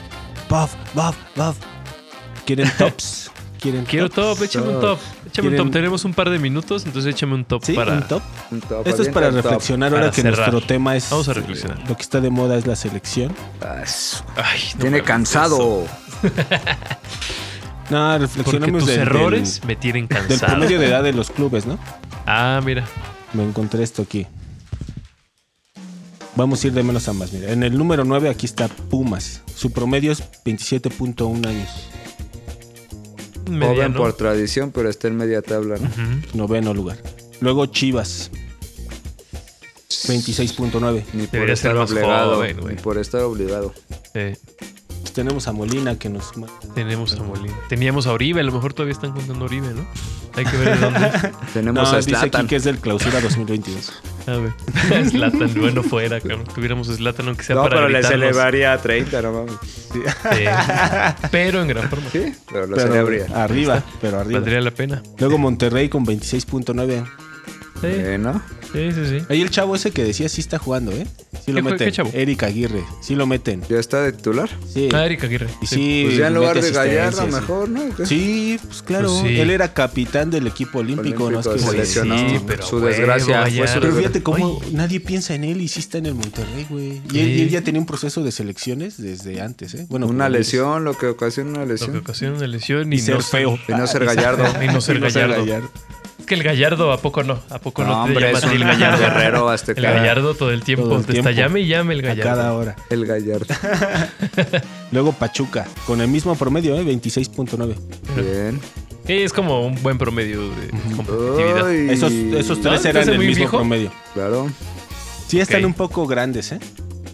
Buff, buff, buff.
(laughs)
¿Quieren tops? ¿Quieren
Quiero
tops?
top, échame un top. Échame un
¿Quieren-
top. Tenemos un par de minutos, entonces échame un top
¿Sí?
para.
¿Un top?
Un top,
Esto es
avienta
para
un top.
reflexionar
Para
ahora que
cerrar.
nuestro tema es.
Vamos a reflexionar.
Lo que está de moda es la selección.
Ah, su-
Ay, no me
Tiene
hagas eso.
cansado.
No,
Porque
reflexionemos
tus
del-
errores me tienen
del, del
cansado.
promedio de edad de los clubes, ¿no?
Ah, mira.
Me encontré esto aquí. Vamos a ir de menos a más. Mira, en el número 9 aquí está Pumas. Su promedio es 27.1 años.
Joven
Mediano.
por tradición, pero está en media tabla, ¿no?
Ujú.
Noveno lugar. Luego Chivas. 26.9.
Ni por
Debería
estar
ser más
obligado.
joven, güey.
Ni por estar obligado.
Eh,
Tenemos a Molina que nos.
tenemos a Molina. Teníamos a Oribe, a lo mejor todavía están contando a Oribe, ¿no? Hay que ver de dónde. A
No,
Tenemos a
dice aquí
Zlatan.
que es del clausura 2022.
ver. Slatan, bueno fuera, cabrón. Tuviéramos Slatan, aunque sea
No,
para
pero le
gritarnos.
celebraría a 30, no mames.
Eh, pero en gran forma.
Sí, pero (laughs) lo
Pero
celebraría.
arriba, pero arriba.
Valdría la pena.
Luego Monterrey con 26.9.
Sí,
Bueno,
sí, sí. sí.
Ahí el chavo ese que decía sí está jugando, ¿eh? Sí
¿Qué
lo
jue-
meten.
qué chavo?
Eric Aguirre. Sí lo meten.
¿ya está de titular?
Sí.
Ah, Eric Aguirre.
Y
Sí.
sí,
Pues ya en
mete
lugar de Gallardo,
asistencias, sí.
mejor, ¿eh? ¿no?
Sí, pues claro.
Pues sí.
Él era capitán del equipo olímpico.
Olímpico,
¿no? Es que
se
sí.
lesionó.
sí, pero
su
huevo,
desgracia. Fue su
Gallardo.
Pero fíjate cómo
Oye.
nadie piensa en él y sí está en el Monterrey, güey. Y,
Sí.
él, y él ya tenía un proceso de selecciones desde antes, ¿eh? Bueno,
Una
por lo menos.
lesión, lo que ocasiona una
pues, Lo
lesión.
que ocasiona una lesión
Y,
y,
ser
no (laughs)
feo.
Y no ser Gallardo.
Y no ser
Y no ser
Gallardo. Es que el Gallardo, ¿a poco no? ¿A poco no,
No,
te
hombre,
llama
es
a ti el
un
Gallardo?
guerrero hasta
El
cada-
Gallardo todo el tiempo.
Todo el
te está
tiempo.
llame y llame el
A
Gallardo.
cada hora.
El Gallardo.
Luego Pachuca, con el mismo promedio, ¿eh? 26.9.
Bien.
Sí, es como un buen promedio de competitividad.
Ay,
Esos, esos tres
¿No?
eran
¿Ese
el
muy
mismo
viejo?
promedio.
Claro.
Sí, están
Ok.
un poco grandes, ¿eh?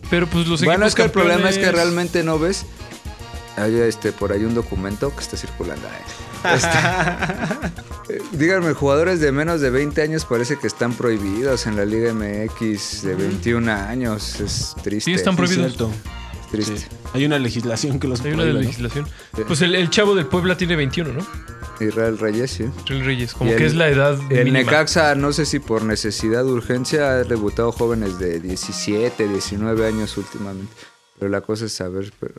Pero pues los
Bueno,
equipos
es que el problema es que
campeones-
realmente no ves. Hay este, por ahí un documento que está circulando. eh. Este,
(laughs)
Eh, Díganme, jugadores de menos de 20 años parece que están prohibidos en la Liga MX de 21 años. Es triste.
Sí, están
Es
prohibidos.
cierto.
Es triste.
Sí. Hay una legislación que los
Hay una
prohíbe, ¿no?
legislación.
Sí.
Pues el, el chavo del Puebla tiene 21, ¿no?
Israel Reyes, sí.
Israel Reyes. Como
Y
que
el-
es la edad.
El
mínima.
Necaxa, no sé si por necesidad o urgencia, ha debutado jóvenes de 17, 19 años últimamente. Pero la cosa es saber, pero...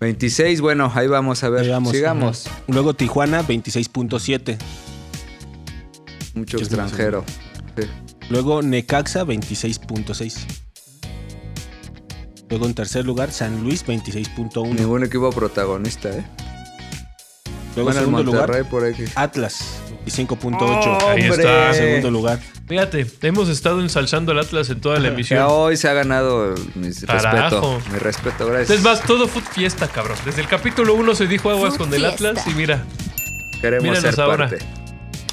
26, bueno, ahí vamos a ver.
Ahí vamos,
Sigamos.
ajá. Luego Tijuana, 26.7.
Mucho
Que es
extranjero. Sí.
Luego Necaxa, 26.6. Luego en tercer lugar, San Luis, 26.1.
Ningún equipo protagonista, ¿eh?
Luego en
Bueno, el
segundo
Monterrey
lugar,
por ahí. que-
Atlas, 25.8.
Ahí
¡Hombre!
está, Ah,
En segundo lugar.
Fíjate, hemos estado ensalzando al Atlas en toda la
Ya
emisión.
hoy se ha ganado mi
Carajo.
respeto. Mi respeto, gracias.
Es más, todo fue fiesta, cabrón. Desde el capítulo 1 se dijo aguas
Fut
con el
fiesta.
Atlas y mira,
Queremos
míranos
ser
ahora.
parte.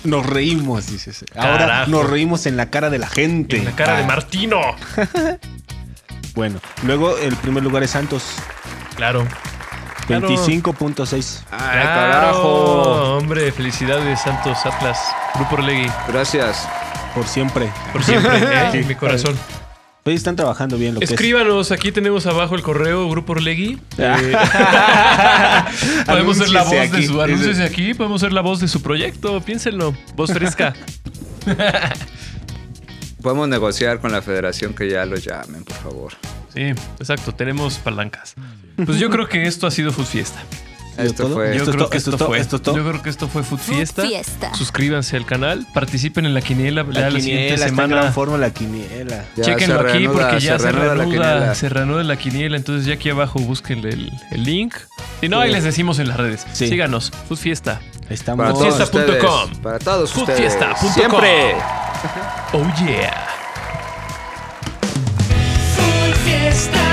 Nos reímos, dices. Ahora
Carajo.
nos reímos en la cara de la gente.
en la cara de
Ah,
Martino.
Bueno, luego el primer lugar es Santos,
Claro. Claro.
25.6.
¡Ay, carajo!
Claro, hombre, felicidades Santos Atlas, Grupo Orlegui,
Gracias.
Por siempre.
por siempre ¿eh? en mi corazón.
Pues están trabajando bien lo que es.
Escríbanos, aquí tenemos abajo el correo Grupo Orlegui. Eh, podemos ser la voz
Anúnciese
de
aquí.
su anúnciese aquí, podemos ser la voz de su proyecto, piénsenlo, voz fresca.
Podemos negociar con la federación que ya lo llamen, por favor.
Sí, exacto, tenemos palancas. Pues yo creo que esto ha sido Food Fiesta.
Esto
todo?
fue.
Yo
Esto es
creo
to-
que
esto
esto
es to-
fue.
esto es to-
Yo creo que esto fue Food
Food
Fiesta.
Fiesta.
Suscríbanse al canal, participen en la quiniela, ya
La
la siguiente
quiniela, está en
semana.
gran forma la quiniela.
Ya
Chequenlo
se
aquí
reanuda-
porque ya se reanuda,
la quiniela.
se reanuda la quiniela. Entonces ya aquí abajo busquen el, el link. Si no, ahí les decimos en las redes.
Sí.
Síganos. Food Fiesta.
Para
Estamos.
todos ustedes.
Foodfiesta.com.
Para todos ustedes.
Foodfiesta.com.
Siempre.
Oh yeah.
Food Fiesta.